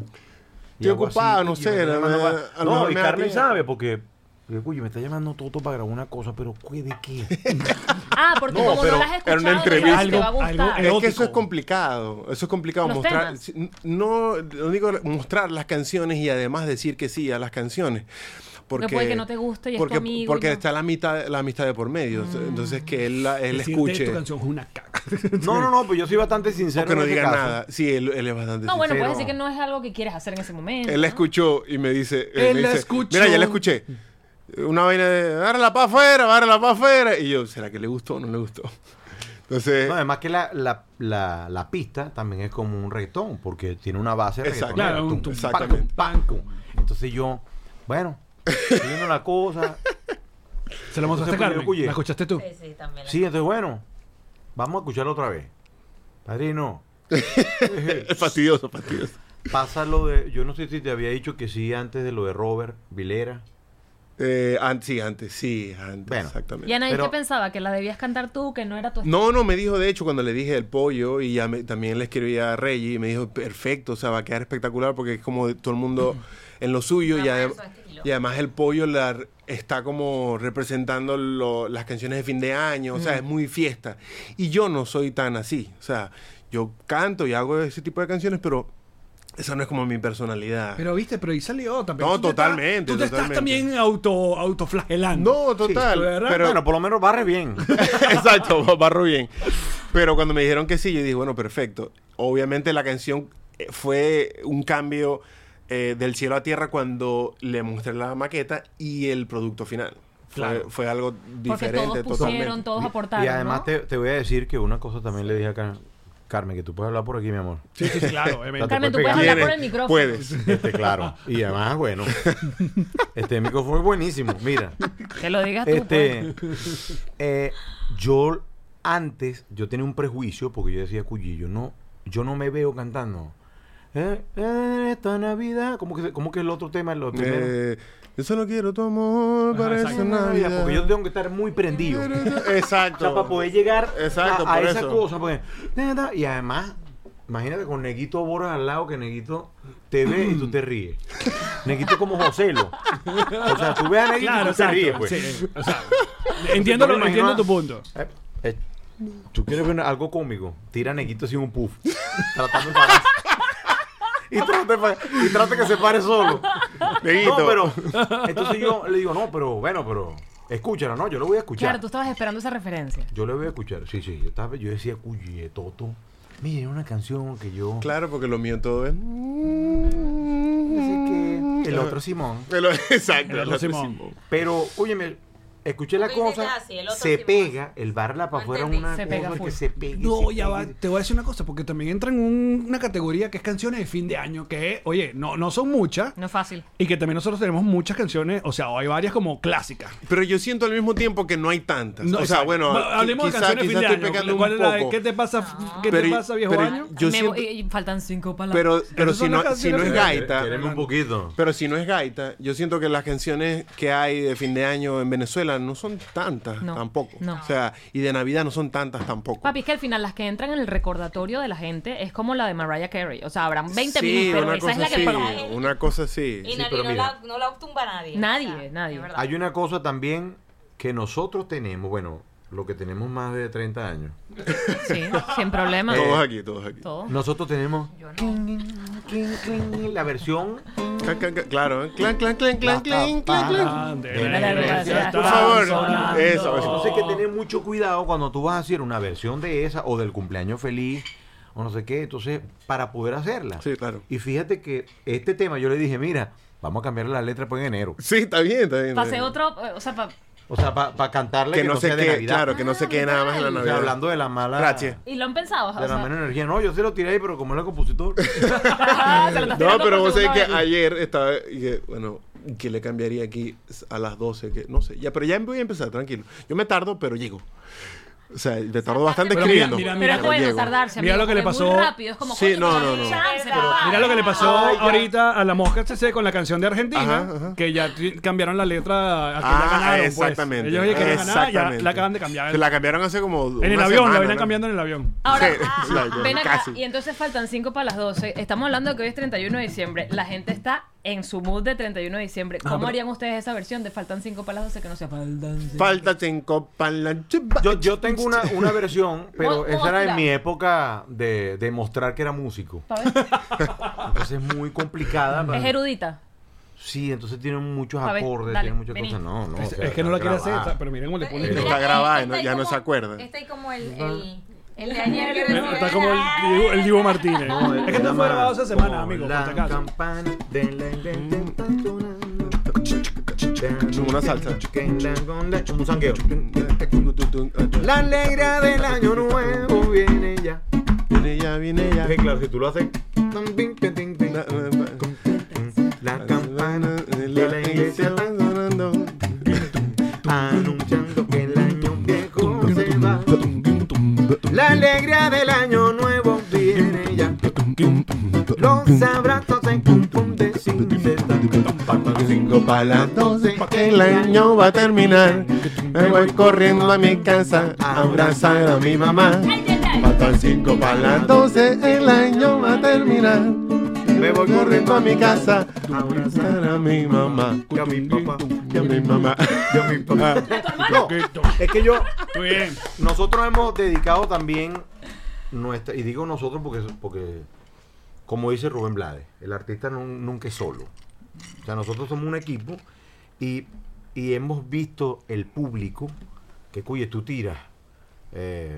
Speaker 5: Y
Speaker 6: Estoy
Speaker 5: hago
Speaker 6: ocupado, no
Speaker 5: y
Speaker 6: sé,
Speaker 5: me está
Speaker 6: a lo
Speaker 5: llamando
Speaker 6: mejor-
Speaker 5: para-
Speaker 6: a lo mejor
Speaker 5: No, y
Speaker 6: me da
Speaker 5: Carmen
Speaker 6: tiempo.
Speaker 5: sabe, porque. digo, Oye, me está llamando Toto para grabar una cosa, pero ¿qué ¿de qué?
Speaker 4: Ah, porque
Speaker 6: No,
Speaker 4: como
Speaker 6: pero
Speaker 4: no las has
Speaker 6: era
Speaker 4: escuchado,
Speaker 6: una
Speaker 4: te
Speaker 6: entrevista.
Speaker 4: va a
Speaker 3: Algo-
Speaker 4: gustar.
Speaker 3: algo-
Speaker 6: Es que
Speaker 3: Erótico.
Speaker 6: eso es complicado. Eso es complicado.
Speaker 4: Los
Speaker 6: Mostrar,
Speaker 4: temas.
Speaker 6: si- no, lo único, mostrar las canciones y además decir que sí a las canciones. Porque,
Speaker 4: puede que no te guste y es tu
Speaker 6: porque,
Speaker 4: amigo Ah. y
Speaker 6: Porque
Speaker 4: no.
Speaker 6: está la mitad, la amistad de por medio. Entonces que él, la- él
Speaker 3: Decirte,
Speaker 6: escuche.
Speaker 3: Tu canción es una caca.
Speaker 5: No, no, no, pues yo soy bastante sincero.
Speaker 6: O que no
Speaker 5: en ese
Speaker 6: diga
Speaker 5: caso.
Speaker 6: nada. Sí, él, él es bastante
Speaker 4: No, bueno,
Speaker 6: sincero.
Speaker 4: puedes decir que no es algo que quieres hacer en ese momento.
Speaker 6: Él la escuchó y me dice. eh,
Speaker 3: Él
Speaker 6: me
Speaker 3: la
Speaker 6: dice,
Speaker 3: escuchó.
Speaker 6: Mira, ya la escuché. Una vaina de. la para afuera, la para afuera. Y yo, ¿será que le gustó o no le gustó? Entonces.
Speaker 5: No, además que la, la, la, la pista también es como un reggaetón, porque tiene una base de
Speaker 6: Exacto.
Speaker 5: reggaetonera.
Speaker 3: Claro, un
Speaker 5: Tum,
Speaker 3: tum,
Speaker 5: exactamente.
Speaker 3: pam,
Speaker 5: pam, pum. Entonces yo, bueno, estoy viendo la cosa.
Speaker 3: Se la mostraste a
Speaker 5: Entonces, pues,
Speaker 3: Carmen.
Speaker 5: oye.
Speaker 3: ¿La escuchaste tú?
Speaker 11: Sí, sí, también. la-
Speaker 5: Sí, entonces bueno, vamos a escucharlo otra vez. Padrino,
Speaker 6: Es fastidioso, fastidioso.
Speaker 5: pasa lo de. Yo no sé si te había dicho que sí antes de lo de Robert Vilera.
Speaker 6: Eh, antes, sí, antes, sí, antes,
Speaker 5: Bueno.
Speaker 4: Y
Speaker 6: exactamente.
Speaker 4: Anaí, ¿qué
Speaker 5: Pero-
Speaker 4: pensaba? ¿Que la debías cantar tú? ¿Que no era tu
Speaker 6: No, no, me dijo de hecho cuando le dije el pollo y ya me- también le escribí a Reggie y me dijo, perfecto, o sea, va a quedar espectacular porque es como de- todo el mundo en lo suyo y, adem-
Speaker 11: eso, este quilombo.
Speaker 6: y además el pollo la r- está como representando lo- las canciones de fin de año, o sea, es muy fiesta. Y yo no soy tan así, o sea, yo canto y hago ese tipo de canciones, pero esa no es como mi personalidad.
Speaker 3: Pero viste, pero ahí salió también.
Speaker 6: No,
Speaker 3: Tú te estás-
Speaker 6: totalmente,
Speaker 3: Tú te estás
Speaker 6: totalmente.
Speaker 3: también auto, autoflagelando.
Speaker 6: no, total.
Speaker 3: Sí, ¿verdad?
Speaker 6: pero,
Speaker 5: bueno, por lo menos barre bien.
Speaker 6: Exacto, ba- barro bien. Pero cuando me dijeron que sí, yo dije, bueno, perfecto. Obviamente la canción eh, fue un cambio eh, del cielo a tierra cuando le mostré la maqueta y el producto final. Fue,
Speaker 3: Claro.
Speaker 6: fue algo
Speaker 4: Porque
Speaker 6: diferente
Speaker 4: todos pusieron,
Speaker 6: totalmente.
Speaker 4: todos aportaron.
Speaker 5: y además
Speaker 4: ¿no?
Speaker 5: te, te voy a decir que una cosa también le dije a Car- Carmen, que tú puedes hablar por aquí, mi amor.
Speaker 3: Sí, sí, sí, claro, obviamente.
Speaker 5: Te
Speaker 4: Carmen, tú
Speaker 5: puedes
Speaker 4: puedes
Speaker 5: pegar.
Speaker 4: hablar por el micrófono.
Speaker 6: Puedes.
Speaker 5: Este, claro. Y además, bueno. Este micrófono es buenísimo. Mira.
Speaker 4: Que lo digas tú. pues.
Speaker 5: Este. eh, yo antes, yo tenía un prejuicio porque yo decía, cuyi, yo no, yo no me veo cantando. Eh, eh, esta Navidad. ¿Cómo que, cómo que el otro tema es lo primero?
Speaker 6: Eh, yo solo quiero tu amor
Speaker 3: Ajá,
Speaker 6: para
Speaker 3: exacto.
Speaker 6: esa
Speaker 5: Esta Navidad,
Speaker 6: Navidad.
Speaker 5: Porque yo tengo que estar muy prendido. O
Speaker 6: Exacto.
Speaker 5: sea, para poder llegar
Speaker 6: Exacto,
Speaker 5: a, a
Speaker 6: por
Speaker 5: esa
Speaker 6: eso.
Speaker 5: cosa. pues, ta, ta, y además, imagínate con Neguito Boras al lado que Neguito te ve y tú te ríes. Neguito como Joselo. O sea, tú ves a Neguito y
Speaker 3: Claro,
Speaker 5: tú te
Speaker 3: exacto,
Speaker 5: ríes, pues.
Speaker 3: sí, o sea, entiendo,
Speaker 5: Yo me
Speaker 3: lo, entiendo
Speaker 5: imagino-
Speaker 3: tu punto.
Speaker 5: Eh, eh, ¿Tú quieres ver algo cómico? Tira a Neguito así un puff. tratando de pararse. Y trata, de pa- y trata que se pare solo.
Speaker 6: Neguito.
Speaker 5: No, pero. Entonces yo le digo, no, pero bueno, pero. Escúchala, no, yo lo voy a escuchar.
Speaker 4: Claro, tú estabas esperando esa referencia.
Speaker 5: Yo le voy a escuchar. Sí, sí. Yo, estaba, yo decía, cuye, Toto. Mire, una canción que yo.
Speaker 6: Claro, porque lo mío todo es.
Speaker 5: Yo sé que- El otro Simón.
Speaker 6: Exacto.
Speaker 3: El otro Simón.
Speaker 5: Pero, óyeme, Escuché la
Speaker 7: Tú dices,
Speaker 5: cosa,
Speaker 7: ah, sí, el otro
Speaker 5: se
Speaker 7: sí,
Speaker 5: pega, el bar la para afuera es
Speaker 7: entendí.
Speaker 5: una
Speaker 7: Se
Speaker 3: pega
Speaker 5: cosa
Speaker 3: full.
Speaker 5: que se pega. y
Speaker 3: No,
Speaker 5: se
Speaker 3: ya
Speaker 5: pega.
Speaker 3: va, te voy a decir una cosa, porque también entra en un- una categoría que es canciones de fin de año, que, oye, no, no son muchas,
Speaker 4: No es fácil.
Speaker 3: y que también nosotros tenemos muchas canciones, o sea, hay varias como clásicas.
Speaker 6: Pero yo siento al mismo tiempo que no hay tantas.
Speaker 3: No,
Speaker 6: o sea,
Speaker 3: exacto.
Speaker 6: bueno,
Speaker 3: Va- hablemos de
Speaker 6: quizá-
Speaker 3: canciones de
Speaker 6: quizá
Speaker 3: fin de
Speaker 6: estoy
Speaker 3: año.
Speaker 6: pecando
Speaker 3: ¿Cuál
Speaker 6: un
Speaker 3: es la de
Speaker 6: poco.
Speaker 3: ¿Qué te pasa, ¿qué te
Speaker 6: Pero-
Speaker 3: pasa viejo
Speaker 6: pero
Speaker 3: año?
Speaker 6: yo
Speaker 4: Me
Speaker 6: siento-
Speaker 4: voy- y faltan cinco palabras.
Speaker 6: Pero, pero
Speaker 3: Esas
Speaker 6: si,
Speaker 3: son las
Speaker 6: no, si no
Speaker 3: canciones
Speaker 6: es
Speaker 5: que-
Speaker 6: gaita.
Speaker 5: Queremos un
Speaker 6: poquito. Pero si no es gaita, yo siento que las canciones que hay de fin de año en Venezuela no son tantas
Speaker 4: No,
Speaker 6: tampoco.
Speaker 4: no.
Speaker 6: O sea, y de Navidad no son tantas tampoco.
Speaker 4: Papi, es que al final las que entran en el recordatorio de la gente es como la de Mariah Carey. O sea, habrán 20
Speaker 6: sí,
Speaker 4: mil, pero
Speaker 6: una
Speaker 4: esa
Speaker 6: cosa
Speaker 4: es la que
Speaker 6: así,
Speaker 4: pega.
Speaker 6: Una cosa así.
Speaker 7: Y
Speaker 5: Sí,
Speaker 7: nadie-
Speaker 5: pero
Speaker 7: no,
Speaker 5: mira.
Speaker 7: la, no la tumba nadie.
Speaker 4: Nadie,
Speaker 7: o sea,
Speaker 4: nadie.
Speaker 7: de verdad.
Speaker 5: Hay una cosa también que nosotros tenemos, bueno, lo que tenemos más de 30 años.
Speaker 4: Sí, sin problema.
Speaker 6: Todos aquí, todos aquí.
Speaker 4: Todo.
Speaker 5: Nosotros tenemos la versión
Speaker 6: Clan, clan, clan, Claro, ¿eh? clan, clan, clan, clan, clan, clan, clan.
Speaker 3: Por
Speaker 6: Por favor, eso, eso.
Speaker 5: Entonces hay que tener mucho cuidado cuando tú vas a hacer una versión de esa o del cumpleaños feliz o no sé qué, entonces para poder hacerla.
Speaker 6: Sí, claro.
Speaker 5: Y fíjate que este tema yo le dije, mira, vamos a cambiar la letra pues en enero.
Speaker 6: Sí, está bien, está bien.
Speaker 4: Pasé
Speaker 6: está bien.
Speaker 4: otro, eh, o sea, pa-
Speaker 5: O sea, para cantarle
Speaker 6: Que no
Speaker 5: sea
Speaker 6: se
Speaker 5: de
Speaker 6: quede,
Speaker 5: Navidad.
Speaker 6: claro, que no se quede nada más en la
Speaker 5: O sea,
Speaker 6: Navidad.
Speaker 5: hablando de la mala
Speaker 6: Gracias.
Speaker 4: y lo han pensado.
Speaker 5: de
Speaker 4: O
Speaker 5: la
Speaker 4: sea,
Speaker 5: mala energía. No, yo se lo tiré, pero como era compositor.
Speaker 4: se lo estás
Speaker 6: No,
Speaker 4: tirando
Speaker 6: pero
Speaker 4: por
Speaker 6: vos sabés
Speaker 4: segunda
Speaker 6: que
Speaker 4: vez.
Speaker 6: ayer estaba. y que, bueno, que le cambiaría aquí a las 12, que no sé. Ya, pero ya voy a empezar, tranquilo. Yo me tardo, pero llego. O sea, me tardo bastante
Speaker 3: Pero
Speaker 6: escribiendo.
Speaker 3: mira,
Speaker 4: Pero es bueno
Speaker 6: llego.
Speaker 4: tardarse.
Speaker 3: Mira
Speaker 4: amigo,
Speaker 3: lo que le
Speaker 4: porque es
Speaker 3: pasó-
Speaker 4: Muy rápido, es como,
Speaker 6: Sí,
Speaker 4: coño,
Speaker 6: no,
Speaker 4: dale
Speaker 6: no, no.
Speaker 4: chance,
Speaker 7: Pero-
Speaker 4: papá.
Speaker 3: Mira lo que le pasó
Speaker 5: Ay, ya.
Speaker 3: ahorita a la mosca CC con la canción de Argentina,
Speaker 6: Ajá, ajá.
Speaker 3: que ya t- cambiaron la letra a que
Speaker 6: Ah,
Speaker 3: ya ganaron. pues.
Speaker 6: exactamente.
Speaker 3: Ellos ya querían ganar, ya
Speaker 6: Exactamente.
Speaker 3: la acaban de cambiar.
Speaker 6: Se la cambiaron hace como.
Speaker 3: en el avión, la venían cambiando en el avión.
Speaker 4: Ahora, ah,
Speaker 6: Sí, exacto,
Speaker 4: ven acá,
Speaker 6: casi.
Speaker 4: y entonces faltan 5 para las 12. Estamos hablando de que hoy es 31 de diciembre. La gente está en su mood de 31 de diciembre. ¿Cómo
Speaker 3: pero-
Speaker 4: harían ustedes esa versión de faltan 5 para las 12 que no sea faltan cinco?
Speaker 6: Falta cinco palan-
Speaker 5: Yo, yo tengo una, una versión, pero
Speaker 4: Mo-
Speaker 5: esa era en
Speaker 4: mostra.
Speaker 5: mi época de, de mostrar que era músico.
Speaker 4: Pa' ver.
Speaker 5: Entonces es muy complicada.
Speaker 4: Es
Speaker 5: para-
Speaker 4: erudita.
Speaker 5: Sí, entonces tiene muchos
Speaker 4: A ver,
Speaker 5: acordes,
Speaker 4: dale,
Speaker 5: tiene muchas
Speaker 4: vení.
Speaker 5: cosas. No, no. o
Speaker 3: Es,
Speaker 5: sea,
Speaker 3: es que no la quiere hacer,
Speaker 5: grabada.
Speaker 3: está- pero miren cómo le ponen.
Speaker 6: Está
Speaker 7: Mira,
Speaker 6: grabada,
Speaker 7: eh,
Speaker 6: ¿no?
Speaker 7: ahí
Speaker 6: Ya no
Speaker 7: como-
Speaker 6: se acuerda.
Speaker 7: Está ahí como el, el, el de ayer. que decía,
Speaker 3: Está como el Dibu, el Dibu Martínez.
Speaker 5: No,
Speaker 3: es que esto
Speaker 5: la
Speaker 3: fue grabado esa semana,
Speaker 5: mano,
Speaker 3: amigo, por
Speaker 5: la
Speaker 3: si acaso.
Speaker 5: campana de la iglesia está sonando.
Speaker 6: Como una salsa.
Speaker 5: Un sangueo. La alegría del año nuevo viene ya.
Speaker 6: Viene ya, viene ya.
Speaker 5: Es que claro, si tú lo haces. tan, pin, pin, pin, pin,
Speaker 6: Na- na- na-
Speaker 5: La campana de la iglesia está
Speaker 6: sonando.
Speaker 5: anunciando que el año viejo se va. La alegría del año nuevo viene ya. Los abrazos en pum pum de
Speaker 6: Cinco para las doce, que el año va a terminar. Me voy corriendo a mi casa a abrazar a mi mamá. Faltan cinco para las doce, el año va a terminar. Me voy corriendo a mi casa a abrazar a mi mamá.
Speaker 5: Y a mi papá.
Speaker 6: Y a mi mamá.
Speaker 5: Yo mi papá. No, es que yo,
Speaker 3: Muy bien.
Speaker 5: nosotros hemos dedicado también nuestra, y digo nosotros porque, porque como dice Rubén Blades, el artista nu- nunca es solo. O sea, nosotros somos un equipo y, y hemos visto el público que, oye, tú tiras. eh,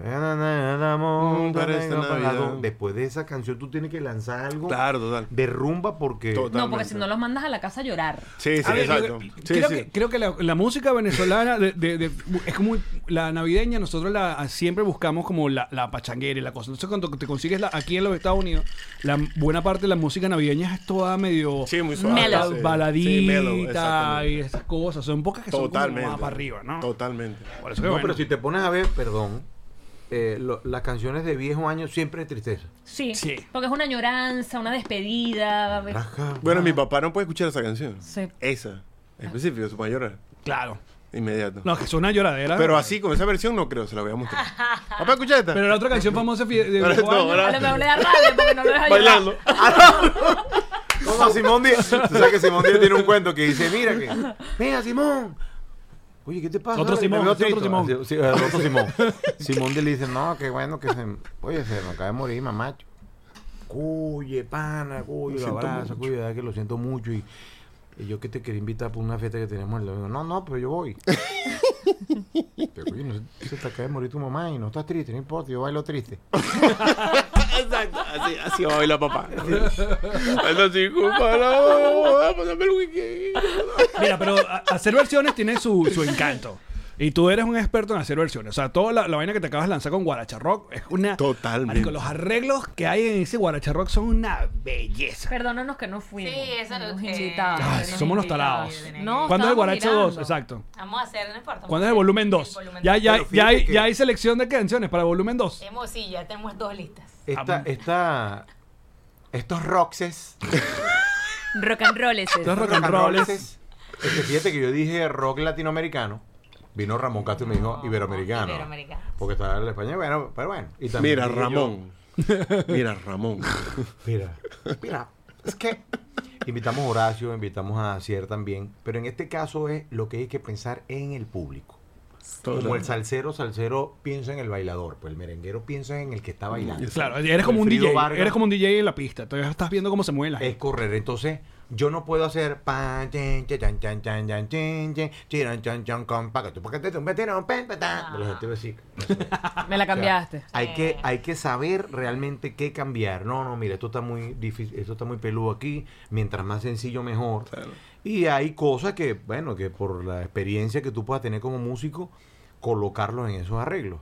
Speaker 6: para esta Navidad.
Speaker 5: después de esa canción tú tienes que lanzar algo
Speaker 6: Claro, total.
Speaker 5: de rumba porque
Speaker 6: Total.
Speaker 4: No, porque si no los mandas a la casa a llorar.
Speaker 6: Sí, sí,
Speaker 3: A ver,
Speaker 6: exacto.
Speaker 3: yo-
Speaker 6: Sí,
Speaker 3: creo,
Speaker 6: sí.
Speaker 3: Que, creo que la, la música venezolana de- de- de- es como la navideña, nosotros la siempre buscamos como la, la pachanguera y la cosa. Entonces cuando te consigues la- aquí en los Estados Unidos, la buena parte de la música navideña es toda medio
Speaker 6: Sí, muy suave.
Speaker 4: Mellow.
Speaker 6: sí.
Speaker 3: baladita
Speaker 6: Sí, mellow, exactamente.
Speaker 3: y esas cosas. Son pocas que
Speaker 6: Totalmente.
Speaker 3: son como más para arriba, ¿no?
Speaker 6: Totalmente.
Speaker 3: Por eso que
Speaker 5: No,
Speaker 3: bueno.
Speaker 5: pero si te pones a ver, perdón, eh, lo- las canciones de viejo año siempre es tristeza.
Speaker 4: Sí.
Speaker 3: Sí.
Speaker 4: Porque es una añoranza, una despedida.
Speaker 6: Ah, Bueno,
Speaker 3: Ah.
Speaker 6: mi papá no puede escuchar esa canción.
Speaker 4: Sí.
Speaker 6: Esa. En específico, se va a llorar.
Speaker 3: Claro.
Speaker 6: Inmediato.
Speaker 3: No, que es una lloradera.
Speaker 6: Pero así, con esa versión, no creo, se la voy a mostrar. Papá, escucha esta.
Speaker 3: Pero la otra canción famosa de de-
Speaker 6: Ahora
Speaker 3: de-
Speaker 6: no, ahora-
Speaker 4: A lo mejor le da rabia porque no lo deja llorar.
Speaker 6: Bailando.
Speaker 5: Ah, Como Simón Díaz. Tú sabes que Simón Díaz tiene un cuento que dice, mira que... Mira, Simón. Oye, ¿qué te pasa?
Speaker 3: Otro
Speaker 5: Te
Speaker 3: Simón,
Speaker 5: veo
Speaker 3: otro
Speaker 5: triste".
Speaker 3: Simón.
Speaker 5: Ah, sí, sí, eh, otro Simón. Simón Díaz le dice, no, qué bueno que se... Oye, se me acaba de morir, mamá. Oye, pana, oye, lo abrazo, oye, verdad que lo siento mucho y... y yo que te quería invitar por una fiesta que tenemos el domingo. No, no, pero yo voy. Pero, oye, no se- se te acaba de morir tu mamá y no estás triste, no importa, yo bailo triste.
Speaker 6: Exacto. Así, así va a bailar papá. Falta cinco para. Pásame el wiki.
Speaker 3: Mira, pero a- hacer versiones tiene su, su encanto. Y tú eres un experto en hacer versiones. O sea, toda la, la vaina que te acabas de lanzar con Guaracha Rock es una. Totalmente. los arreglos que hay en ese Guaracha Rock son una belleza.
Speaker 4: Perdónanos que no fuimos. Sí,
Speaker 7: eso
Speaker 4: no
Speaker 7: es
Speaker 4: nos
Speaker 7: que-
Speaker 4: invitaron,
Speaker 3: Ay,
Speaker 4: nos
Speaker 3: somos los
Speaker 4: invitaron.
Speaker 3: talados.
Speaker 4: No,
Speaker 3: ¿Cuándo es el
Speaker 4: estábamos
Speaker 3: Guaracha 2?
Speaker 4: mirando.
Speaker 3: Exacto.
Speaker 7: Vamos a hacer, no importa.
Speaker 3: ¿Cuándo es el volumen 2? Ya, ya,
Speaker 7: Pero
Speaker 3: ya,
Speaker 7: fíjate
Speaker 3: hay,
Speaker 7: que-
Speaker 3: ya hay selección de canciones para el volumen 2.
Speaker 7: Hemos, sí, ya tenemos dos listas.
Speaker 5: Esta, esta, estos roxes.
Speaker 4: Rock and roll ese.
Speaker 5: estos Este, fíjate que yo dije rock latinoamericano. Vino Ramón Castro y me dijo iberoamericano.
Speaker 7: Iberoamericano.
Speaker 5: Porque estaba el español, bueno, pero bueno. Y también
Speaker 6: Mira,
Speaker 5: dije yo-
Speaker 6: Ramón. Mira, Ramón.
Speaker 5: Mira. Mira, es que invitamos a Horacio, invitamos a Cier también, pero en este caso es lo que hay que pensar en el público. Como el
Speaker 6: Totalmente.
Speaker 5: salsero, salsero piensa en el bailador, pues el merenguero piensa en el que está bailando.
Speaker 3: Claro, eres como un
Speaker 5: Wilfrido
Speaker 3: DJ.
Speaker 5: Vargas
Speaker 3: Eres como un DJ en la pista. Todavía estás viendo cómo se mueve la
Speaker 5: es
Speaker 3: gente.
Speaker 5: correr, entonces yo no puedo hacer pan, chin, chin, chan, chan, chan, chan, chin, chin, chiran, chan, chan, con, pa, que tu, pa, que te, tum, pe, tirón, pen, pe, tan. Pero la gente va a decir,
Speaker 4: Me la
Speaker 5: O sea,
Speaker 4: cambiaste.
Speaker 5: hay, que, hay que saber realmente qué cambiar. No, no, mira, esto está muy difícil, esto está muy peludo aquí. Mientras más sencillo, mejor. Y hay cosas que, bueno, que por la experiencia que tú puedas tener como músico, colocarlos en esos arreglos.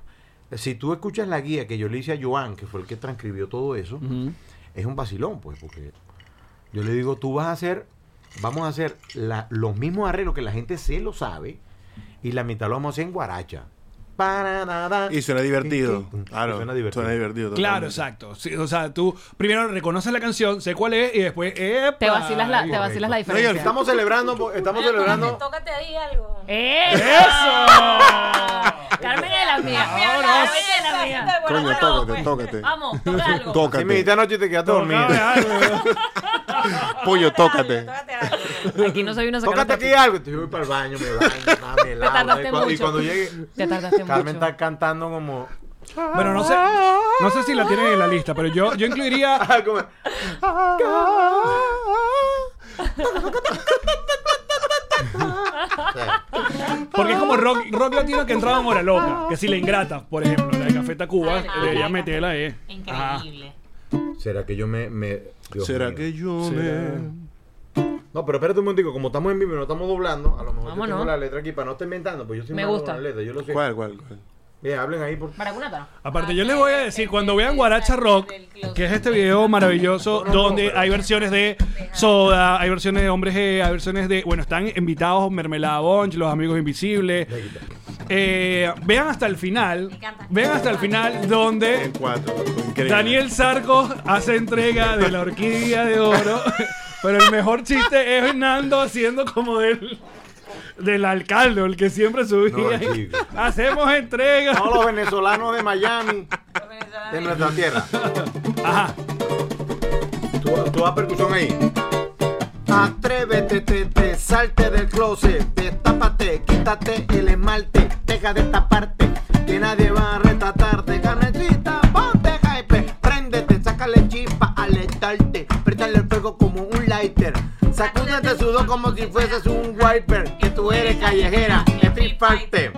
Speaker 5: Si tú escuchas la guía que yo le hice a Joan, que fue el que transcribió todo eso, es un vacilón, pues, porque yo le digo, tú vas a hacer, vamos a hacer la- los mismos arreglos que la gente se lo sabe, y la mitad lo vamos a hacer en guaracha. Pararara.
Speaker 6: Y suena divertido. Claro,
Speaker 5: Suena divertido.
Speaker 6: Suena divertido.
Speaker 3: Claro,
Speaker 6: totalmente.
Speaker 3: exacto. Sí, o sea, tú primero reconoces la canción, sé cuál es y después. ¡epa!
Speaker 4: Te vacilas la, te vacilas la
Speaker 5: Correcto.
Speaker 4: diferencia.
Speaker 5: Oye, estamos celebrando, po- estamos
Speaker 7: Tócate,
Speaker 5: celebrando.
Speaker 7: tócate ahí algo.
Speaker 4: ¡Eso! Carmen es la mía.
Speaker 7: Vámonos.
Speaker 4: Carmen es la mía.
Speaker 6: Coño, tócate, tócate.
Speaker 4: Vamos, toca
Speaker 5: Si me
Speaker 4: algo.
Speaker 6: Tócate.
Speaker 5: dijiste anoche te quedaste dormido.
Speaker 6: Pollo, tócate.
Speaker 4: Aquí no soy una sacana
Speaker 5: Tócate aquí algo. Yo voy para el baño, me baño, mamá, me lavo.
Speaker 4: tardaste
Speaker 5: Y cuando- Y
Speaker 4: mucho.
Speaker 5: cuando llegue,
Speaker 4: Te tardaste
Speaker 5: Carmen
Speaker 4: mucho.
Speaker 5: está cantando como.
Speaker 3: Bueno, no sé, no sé si la tienen en la lista, pero yo, yo incluiría.
Speaker 5: como-
Speaker 3: Porque es como rock, rock latino que entraba en hora loca. Que si la ingrata, por ejemplo, la de Café Tacuba,
Speaker 7: Ajá.
Speaker 3: debería meterla ahí. E. Ajá.
Speaker 7: Increíble.
Speaker 5: ¿Será que yo me. me- Dios
Speaker 6: ¿Será
Speaker 5: mío.
Speaker 6: que yo
Speaker 3: Será.
Speaker 6: me.?
Speaker 5: No, pero espérate un momentico. Como estamos en vivo y no estamos doblando, a lo mejor yo
Speaker 4: Vámonos.
Speaker 5: tengo la letra aquí para no estar inventando. Pues yo soy
Speaker 4: Me
Speaker 5: malo
Speaker 4: gusta.
Speaker 5: con la letra, yo lo sé.
Speaker 6: ¿Cuál, cuál, cuál?
Speaker 5: Bien, hablen ahí por.
Speaker 4: Maracunata.
Speaker 3: Aparte, yo les voy a decir, cuando vean Guaracha Rock, que es este video maravilloso donde hay versiones de Soda, hay versiones de Hombres G, hay versiones de... Bueno, están invitados Mermelada Bunch, Los Amigos Invisibles. Eh, vean hasta el final, vean hasta el final donde
Speaker 6: En cuatro. Increíble.
Speaker 3: Daniel Sarcos hace entrega de la orquídea de oro, pero el mejor chiste es Nando haciendo como del, del alcalde, el que siempre subía.
Speaker 5: No, chico.
Speaker 3: Hacemos entrega.
Speaker 5: Todos los venezolanos de Miami, de nuestra tierra.
Speaker 3: Ajá.
Speaker 5: Tú, tú haz percusión ahí. Atrévete, te, te, salte del closet, destápate, quítate el esmalte, deja de taparte, que nadie va a retratarte, carnecita, ponte hype, préndete, sácale chispa, alentarte, préstale el fuego como un lighter, sacúdete sudor como si fueses un wiper, que tú eres callejera, street fighter.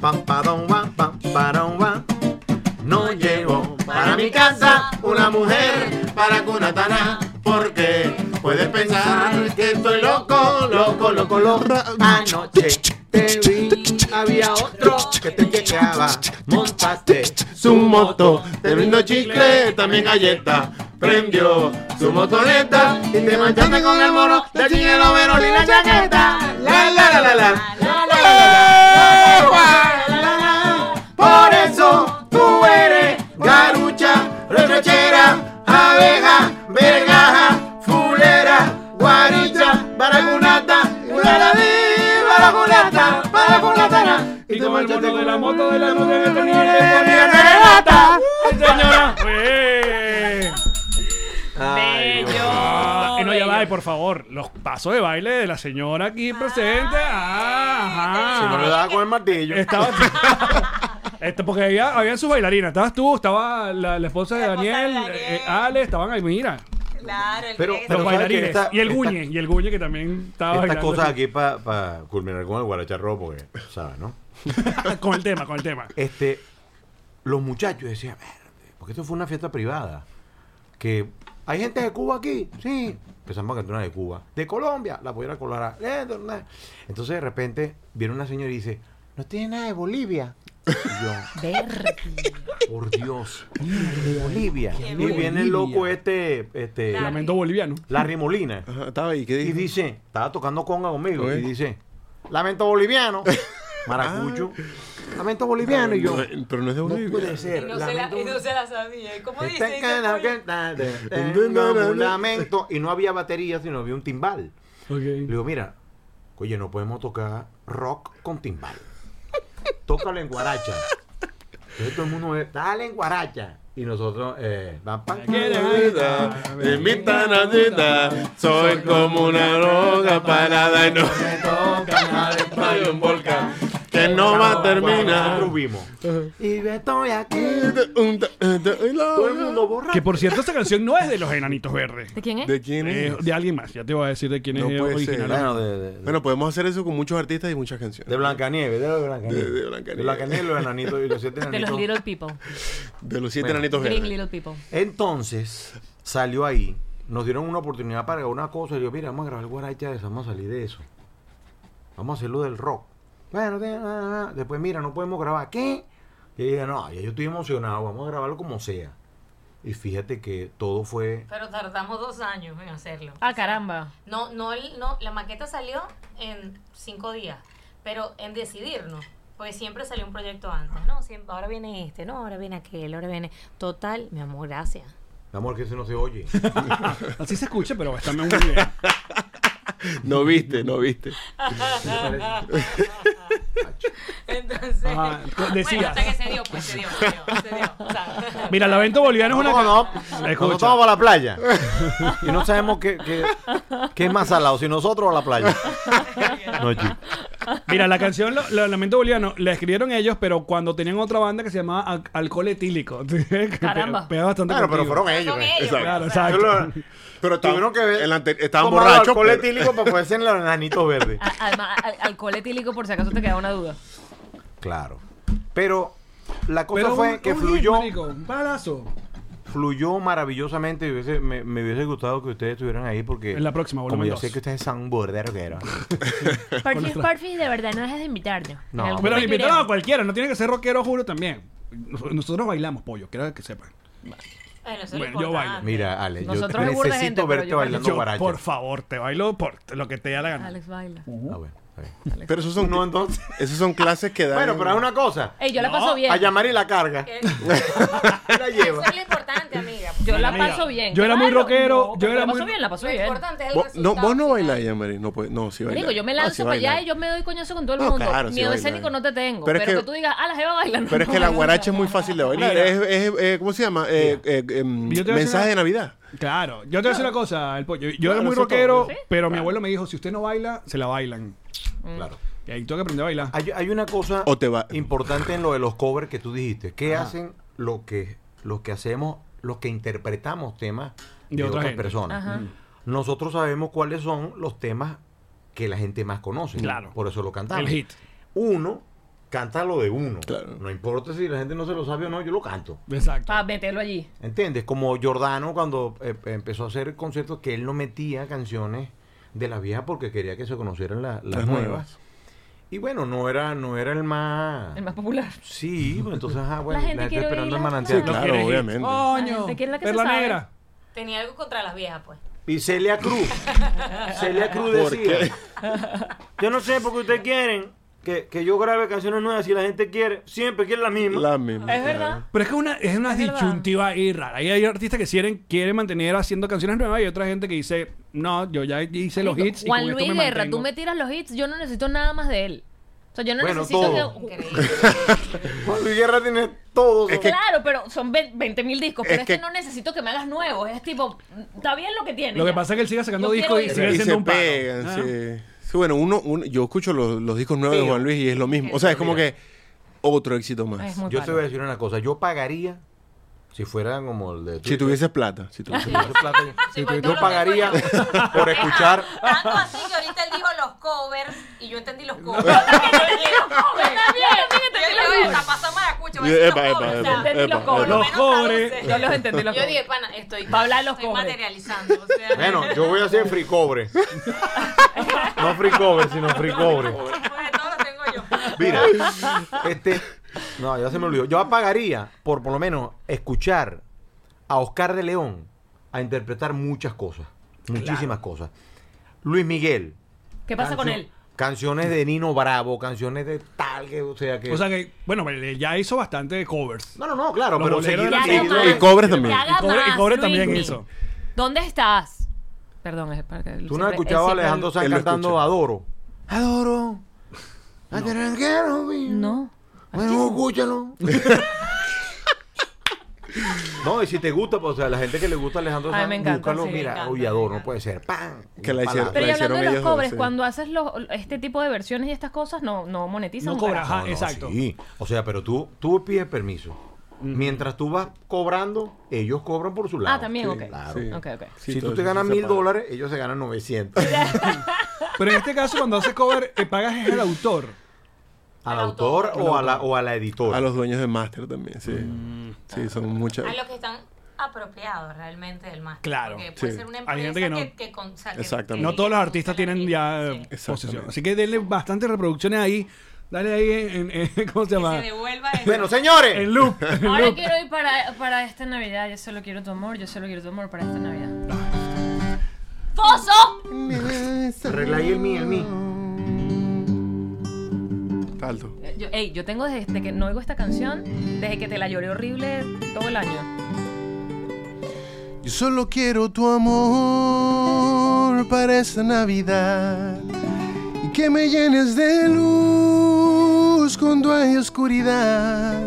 Speaker 5: Pam, padón, pam, pam, padón, pam. No llevo para mi casa una mujer para cunatana, porque puedes pensar que estoy loco, loco, loco, loco. Anoche te vi, había otro que te chequeaba, montaste su moto, te brindó chicle, también galleta. Prendió su motoneta y te manchaste con el moro del chingero verón y la chaqueta. La la la la la. La la la la la. La, la, la. Por eso tú eres garucha, retrechera, abeja, vergaja, fulera, guaricha, baracunata, guaraní, baracunata, baracunatana.
Speaker 3: Y como el mono de la moto de la
Speaker 5: moto
Speaker 3: luz que tenía
Speaker 5: de
Speaker 3: le ponía
Speaker 5: regata.
Speaker 3: señora. ¡Eh! Ah,
Speaker 4: Bello.
Speaker 3: y no, ya va, y
Speaker 4: bello.
Speaker 3: por favor, los pasos de baile de la señora aquí presente. Ah, ajá.
Speaker 5: daba con el martillo.
Speaker 3: Estaba. Este, porque había, habían sus bailarinas. Estabas tú, estaba la, la esposa de
Speaker 7: La esposa de
Speaker 3: Daniel,
Speaker 7: Daniel.
Speaker 3: eh, Ale, estaban ahí, mira.
Speaker 7: Claro, el
Speaker 5: Pero-
Speaker 7: que-
Speaker 5: pero-
Speaker 3: los
Speaker 5: ¿sabes qué?
Speaker 3: bailarines.
Speaker 5: Esta-
Speaker 3: y el
Speaker 5: esta-
Speaker 3: Guñe, y el Guñe que también estaba
Speaker 5: Estas
Speaker 3: bailando
Speaker 5: cosas aquí para culminar con el guaracharro, porque, ¿sabes, no?
Speaker 3: Ah, con el tema, con el tema.
Speaker 5: Este, los muchachos decían, "Verde", porque esto fue una fiesta privada, que ¿Hay gente de Cuba aquí? Sí. Empezamos a cantar una de Cuba. De Colombia, la pollera colorada. Eh, de- na. Entonces de repente viene una señora y dice, no tiene nada de Bolivia. Y yo, por Dios. Bolivia.
Speaker 3: Qué
Speaker 5: Y
Speaker 3: Bolivia.
Speaker 5: viene el loco este. este
Speaker 3: Lamento boliviano.
Speaker 5: Larry Molina.
Speaker 6: Estaba ahí, ¿qué
Speaker 5: Y
Speaker 6: dijo?
Speaker 5: dice, estaba tocando conga conmigo.
Speaker 6: Ok.
Speaker 5: Y dice, Lamento boliviano. Maracucho. Lamento boliviano. Y yo.
Speaker 6: Ah. No, eh, Pero no es de
Speaker 5: No
Speaker 6: Bolivia.
Speaker 5: puede ser.
Speaker 7: No se, la,
Speaker 5: Lamento
Speaker 7: no se la sabía. ¿Y cómo dice?
Speaker 5: este
Speaker 7: Dice,
Speaker 5: cana-
Speaker 7: "Oye,
Speaker 5: que- eh, tengo un lamento. Y no había batería, sino había un timbal. Le digo, mira, oye, no podemos tocar rock con timbal. Tócalo en guaracha. Entonces todo el mundo ve, dale en guaracha. Y nosotros, eh, van pa-
Speaker 6: Te invitan a cita, soy como una droga parada y no me toca hay un volcán que no va a terminar.
Speaker 5: Y yo estoy aquí.
Speaker 6: Todo
Speaker 5: el mundo borracho.
Speaker 3: Que por cierto, esta canción no es de los enanitos verdes.
Speaker 4: ¿De quién es?
Speaker 6: ¿De quién es?
Speaker 3: Eh, de alguien más, ya te voy a decir de quién
Speaker 6: No
Speaker 3: es
Speaker 6: puede
Speaker 3: original.
Speaker 6: ser. Bueno,
Speaker 5: de-
Speaker 6: Bueno, podemos hacer eso con muchos artistas y muchas canciones.
Speaker 5: De Blancanieves, de los
Speaker 6: De,
Speaker 5: Blancanieves.
Speaker 6: de Blancanieves.
Speaker 5: De Blancanieves, los enanitos y los siete
Speaker 4: De
Speaker 5: enanitos.
Speaker 4: los Little People.
Speaker 6: De los siete
Speaker 5: Bueno.
Speaker 6: enanitos verdes.
Speaker 4: Green Little People.
Speaker 5: Entonces, salió ahí. Nos dieron una oportunidad para grabar una cosa. Y yo, mira, vamos a grabar guaracha de eso, vamos a salir de eso. Vamos a hacerlo del rock. Bueno, de- na, na, na. después, mira, no podemos grabar. ¿Qué? Y yo dije, no, ya yo estoy emocionado, vamos a grabarlo como sea. Y fíjate que todo fue.
Speaker 7: Pero tardamos dos años en hacerlo.
Speaker 4: Ah, caramba.
Speaker 7: No, no, el- no, la maqueta salió en cinco días, pero en decidirnos, porque siempre salió un proyecto antes, ¿no? Siempre, ahora viene este, no, ahora viene aquel, ahora viene... Total, mi amor, gracias.
Speaker 5: Mi amor, que eso no se oye.
Speaker 3: Así se escucha, pero está muy bien.
Speaker 6: No viste, no viste.
Speaker 7: Entonces,
Speaker 3: Ajá, decías.
Speaker 7: bueno, hasta que se dio, pues se dio, se dio, se dio. o sea,
Speaker 3: Mira, Lamento Boliviano es una.
Speaker 5: No, no.
Speaker 3: Escucha.
Speaker 5: Nosotros vamos a la playa. Y no sabemos qué, qué- qué es más salado, si nosotros o la playa. No, chico.
Speaker 3: Mira, la canción lo- lo- Lamento Boliviano la escribieron ellos, pero cuando tenían otra banda que se llamaba Al- Alcohol Etílico.
Speaker 4: Caramba.
Speaker 3: Pega bastante
Speaker 5: Claro, pero
Speaker 3: contigo.
Speaker 5: fueron ellos.
Speaker 7: Son
Speaker 5: eh.
Speaker 7: ellos,
Speaker 6: Exacto.
Speaker 3: Claro,
Speaker 7: pues, o sea,
Speaker 3: exacto.
Speaker 5: Yo
Speaker 6: Pero
Speaker 5: lo- tuvieron que ver.
Speaker 6: el ante- estaban
Speaker 5: tomar
Speaker 6: borrachos. pues.
Speaker 5: alcohol
Speaker 6: pero-
Speaker 5: etílico para poderse pues, en los enanitos verdes.
Speaker 4: A- Además, al- alcohol etílico, por si acaso te queda una duda.
Speaker 5: Claro. Pero la cosa
Speaker 3: Pero
Speaker 5: fue
Speaker 3: un-
Speaker 5: que
Speaker 3: un
Speaker 5: fluyó,
Speaker 3: hit, marico, un balazo.
Speaker 5: fluyó maravillosamente. y hubiese- me, me hubiese gustado que ustedes estuvieran ahí porque.
Speaker 3: En la próxima,
Speaker 5: Como
Speaker 3: volumen
Speaker 5: yo
Speaker 3: dos.
Speaker 5: sé que ustedes son borderos que eran.
Speaker 4: Porfis, porfis, de verdad, no dejes de invitarnos.
Speaker 5: No,
Speaker 4: En algún
Speaker 3: Pero
Speaker 4: momento
Speaker 3: invitaron a
Speaker 4: iremos.
Speaker 3: cualquiera, no tiene que ser rockero, juro también. Nos- Nosotros bailamos pollo, quiero que sepan.
Speaker 7: bueno, eso es
Speaker 3: Bueno, yo bailo.
Speaker 7: importante.
Speaker 5: Mira, Ale, yo
Speaker 4: Nosotros es burda de
Speaker 5: necesito
Speaker 4: gente, pero
Speaker 5: verte
Speaker 4: yo-
Speaker 5: bailando
Speaker 3: Yo,
Speaker 5: guaracha.
Speaker 3: por favor, te bailo por lo que te da la gana.
Speaker 4: Alex baila.
Speaker 5: Ah, bueno, está bien.
Speaker 6: Pero esos son,
Speaker 5: No, entonces.
Speaker 6: esos son clases que dan.
Speaker 5: Bueno, pero es una cosa.
Speaker 4: Ey, yo la paso bien.
Speaker 5: A llamar y la carga.
Speaker 7: Que-
Speaker 5: La
Speaker 7: Eso
Speaker 5: lleva.
Speaker 7: es lo importante, amiga.
Speaker 4: Yo la
Speaker 3: Mira,
Speaker 4: paso bien.
Speaker 3: yo era muy
Speaker 4: Claro,
Speaker 3: rockero,
Speaker 4: no,
Speaker 3: yo
Speaker 4: pero
Speaker 3: era
Speaker 4: la
Speaker 3: muy-
Speaker 4: paso bien, la paso
Speaker 7: Lo
Speaker 4: bien.
Speaker 7: importante es el
Speaker 6: Vos no,
Speaker 7: resultado.
Speaker 6: vos no
Speaker 7: final.
Speaker 6: bailas, Yamari. No, puede- no, sí bailas.
Speaker 4: Marico, yo me
Speaker 6: Ah, sí
Speaker 4: lanzo para allá
Speaker 6: bailas.
Speaker 4: y yo me doy coñazo con todo el
Speaker 6: No,
Speaker 4: mundo.
Speaker 6: claro, sí
Speaker 4: Miedo
Speaker 6: bailas.
Speaker 4: escénico no te tengo.
Speaker 6: Pero
Speaker 4: Pero,
Speaker 6: es
Speaker 4: que,
Speaker 6: que-
Speaker 4: tú digas, ah, la jeva baila.
Speaker 6: Pero es que la guaracha es muy fácil de bailar.
Speaker 3: Mira.
Speaker 6: Es, es- eh, ¿Cómo se llama? Eh, eh, em,
Speaker 3: Yo te voy a
Speaker 6: mensaje
Speaker 3: hacer-
Speaker 6: de Navidad.
Speaker 3: Claro, yo te voy a decir una cosa, el pollo. Yo
Speaker 6: Claro,
Speaker 3: era muy
Speaker 6: eso
Speaker 3: rockero,
Speaker 6: todo, ¿sí?
Speaker 3: pero mi abuelo me dijo, si usted no baila, se la bailan. Mm.
Speaker 5: Claro.
Speaker 3: Y ahí tengo que aprender a bailar.
Speaker 5: Hay, hay una cosa
Speaker 6: O te va-
Speaker 5: importante en lo de los covers que tú dijiste. ¿Qué hacen lo que, lo que hacemos, los que interpretamos temas de,
Speaker 3: De otra
Speaker 5: otras
Speaker 3: gente. Mm.
Speaker 5: personas? Nosotros sabemos cuáles son los temas que la gente más conoce.
Speaker 3: Claro.
Speaker 5: Por eso lo cantamos.
Speaker 3: El hit.
Speaker 5: Uno canta lo de uno.
Speaker 6: Claro.
Speaker 5: No importa si la gente no se lo sabe o no, yo lo canto.
Speaker 3: Exacto.
Speaker 4: Para meterlo allí.
Speaker 5: ¿Entiendes? Como Giordano cuando eh, empezó a hacer conciertos que él no metía canciones de las viejas porque quería que se conocieran la- las
Speaker 6: Las
Speaker 5: nuevas.
Speaker 6: nuevas.
Speaker 5: Y bueno, no era, no era el más...
Speaker 4: El más popular.
Speaker 5: Sí, pues entonces, ah, bueno,
Speaker 4: La
Speaker 5: la
Speaker 4: gente
Speaker 5: gente,
Speaker 4: quiere
Speaker 5: esperando el
Speaker 4: oírla,
Speaker 5: manantial.
Speaker 6: claro.
Speaker 3: quiere hit.
Speaker 6: obviamente.
Speaker 5: Ah,
Speaker 3: Coño,
Speaker 4: Te quiere la que se
Speaker 3: perla
Speaker 4: sabe.
Speaker 3: negra.
Speaker 7: Tenía algo contra las viejas, pues.
Speaker 5: Y Celia Cruz. Celia Cruz
Speaker 6: ¿Por
Speaker 5: decía.
Speaker 6: qué?
Speaker 5: Yo no sé por qué ustedes quieren que, que yo grabe canciones nuevas si la gente quiere, siempre quiere la misma.
Speaker 6: La misma.
Speaker 4: Es verdad.
Speaker 3: Pero es que una, es una
Speaker 4: Es verdad.
Speaker 3: disyuntiva ahí rara. Ahí hay artistas que quieren, quieren mantener haciendo canciones nuevas y otra gente que dice, no, yo ya hice los hits. y
Speaker 4: Juan
Speaker 3: con esto
Speaker 4: Luis
Speaker 3: me
Speaker 4: Guerra,
Speaker 3: mantengo".
Speaker 4: tú me tiras los hits, yo no necesito nada más de él. O sea, yo no
Speaker 5: Bueno,
Speaker 4: necesito
Speaker 5: todo.
Speaker 4: que.
Speaker 7: Increíble.
Speaker 5: Juan Luis Guerra tiene todo.
Speaker 6: Es
Speaker 5: son-
Speaker 6: que-
Speaker 4: Claro, pero son 20 mil discos. Pero
Speaker 6: Es
Speaker 4: es que,
Speaker 6: que-
Speaker 4: no necesito que me hagas nuevos. Es tipo, está bien lo que tienes.
Speaker 3: Lo que
Speaker 4: ya.
Speaker 3: pasa es que él sigue sacando
Speaker 4: Yo
Speaker 3: discos y
Speaker 4: quiero
Speaker 3: sigue
Speaker 6: y
Speaker 3: siendo
Speaker 6: se
Speaker 3: un palo.
Speaker 6: pegan.
Speaker 3: Ah.
Speaker 6: sí. Sí, bueno, uno, uno- yo escucho los, los discos nuevos de
Speaker 5: Pero-
Speaker 6: Juan Luis y es lo mismo. O sea, es como que otro éxito
Speaker 4: Es
Speaker 6: más.
Speaker 4: muy
Speaker 5: Yo te
Speaker 4: palo.
Speaker 5: voy a decir una cosa, yo pagaría si fuera como el de
Speaker 6: Si tuvieses plata. Si tuvieses
Speaker 5: si
Speaker 6: plata.
Speaker 5: tuviese plata, yo-
Speaker 7: Sí,
Speaker 5: yo
Speaker 7: porque todo lo
Speaker 5: pagaría
Speaker 7: tengo
Speaker 5: por escuchar.
Speaker 7: Tanto así que ahorita él dijo los covers y yo entendí los covers. Yo entendí los covers.
Speaker 4: Yo también, yo también entendí
Speaker 7: Yo
Speaker 4: los
Speaker 7: digo,
Speaker 4: covers.
Speaker 7: "Esta pasa más mucho.
Speaker 12: Epa,
Speaker 7: Epa,
Speaker 12: epa, epa, epa, epa. Los
Speaker 7: cobres.
Speaker 12: cobres. Yo los entendí, los
Speaker 7: Yo
Speaker 12: cobres.
Speaker 7: dije, pana, estoy,
Speaker 4: Va a hablar los
Speaker 7: estoy
Speaker 4: cobres.
Speaker 7: materializando. o sea,
Speaker 6: Bueno, yo voy a hacer free cobre. No free cover, sino free cobre. Mira, este. No, ya se me olvidó. Yo pagaría por por lo menos escuchar a Oscar de León a interpretar muchas cosas. Muchísimas cosas. Luis Miguel.
Speaker 4: ¿Qué pasa con él?
Speaker 6: Canciones de Nino Bravo, canciones de tal que, o sea que.
Speaker 3: O sea que, bueno, pues, él ya hizo bastante de covers.
Speaker 6: No, no, no, claro,
Speaker 3: Los
Speaker 6: pero
Speaker 3: boleros
Speaker 6: seguido-
Speaker 3: eran
Speaker 6: seguido-
Speaker 3: seguidos.
Speaker 6: Y cobres también.
Speaker 4: Que haga
Speaker 3: Y cobre- y
Speaker 4: más,
Speaker 3: cobre también
Speaker 4: Luismi.
Speaker 3: hizo.
Speaker 4: Ah, ¿Dónde estás? Perdón, es para que él
Speaker 6: Tú no
Speaker 4: siempre- eh,
Speaker 6: has escuchado
Speaker 4: él
Speaker 6: a
Speaker 4: siempre-
Speaker 6: Alejandro Sanz
Speaker 4: él lo
Speaker 6: cantando
Speaker 4: escucha.
Speaker 6: Adoro. Adoro.
Speaker 4: No.
Speaker 6: Bueno, escúchalo. No, y si te gusta, pues, o sea, la gente que le gusta a Alejandro
Speaker 4: Ay, me
Speaker 6: Sanz,
Speaker 4: encanta,
Speaker 6: búscalo,
Speaker 4: sí, me
Speaker 6: mira,
Speaker 4: encanta,
Speaker 6: uy, Adoro, no puede ser. ¡Pam!
Speaker 12: Que la hicieron-
Speaker 4: Pero y
Speaker 12: la
Speaker 4: hablando
Speaker 12: hicieron
Speaker 4: de los
Speaker 12: ellos dos,
Speaker 4: cobres,
Speaker 12: sí.
Speaker 4: cuando haces los, este tipo de versiones y estas cosas, no, no monetizan. un carajo.
Speaker 6: No, no, sí. O sea, pero tú, tú pides permiso.
Speaker 3: Mm.
Speaker 6: Mientras tú vas cobrando, ellos cobran por su lado.
Speaker 4: Ah, también, ok.
Speaker 6: Claro.
Speaker 4: Ok, ok.
Speaker 6: si tú te ganas mil dólares, ellos se ganan 900.
Speaker 3: Pero en este caso, cuando haces cover, eh, pagas es al autor.
Speaker 6: ¿Al autor o a, la, o a la editora?
Speaker 12: A los dueños de Master también, sí.
Speaker 3: Mm.
Speaker 12: sí, son muchas.
Speaker 7: A los que están apropiados realmente del máster.
Speaker 3: Claro,
Speaker 7: Porque puede
Speaker 12: sí.
Speaker 7: ser una
Speaker 3: Hay
Speaker 7: empresa
Speaker 3: gente
Speaker 7: que,
Speaker 3: que no.
Speaker 7: que con- o sea, que-
Speaker 12: Exactamente.
Speaker 3: No todos los artistas tienen ya eh, posesión. Así que denle bastantes reproducciones ahí. Dale ahí en, en- en- ¿cómo se llama?
Speaker 7: se devuelva el-
Speaker 6: Bueno, señores.
Speaker 3: En loop. en
Speaker 4: Ahora
Speaker 3: loop.
Speaker 4: quiero ir para, para esta Navidad. Yo solo quiero tu amor, yo solo quiero tu amor para esta Navidad. ¡Foso!
Speaker 6: Arregla ahí el mí, el mí.
Speaker 12: Alto.
Speaker 4: Eh, Yo, ey, yo tengo desde que no oigo esta canción, desde que te la lloré horrible todo el año.
Speaker 12: Yo solo quiero tu amor para esta Navidad y que me llenes de luz cuando hay oscuridad.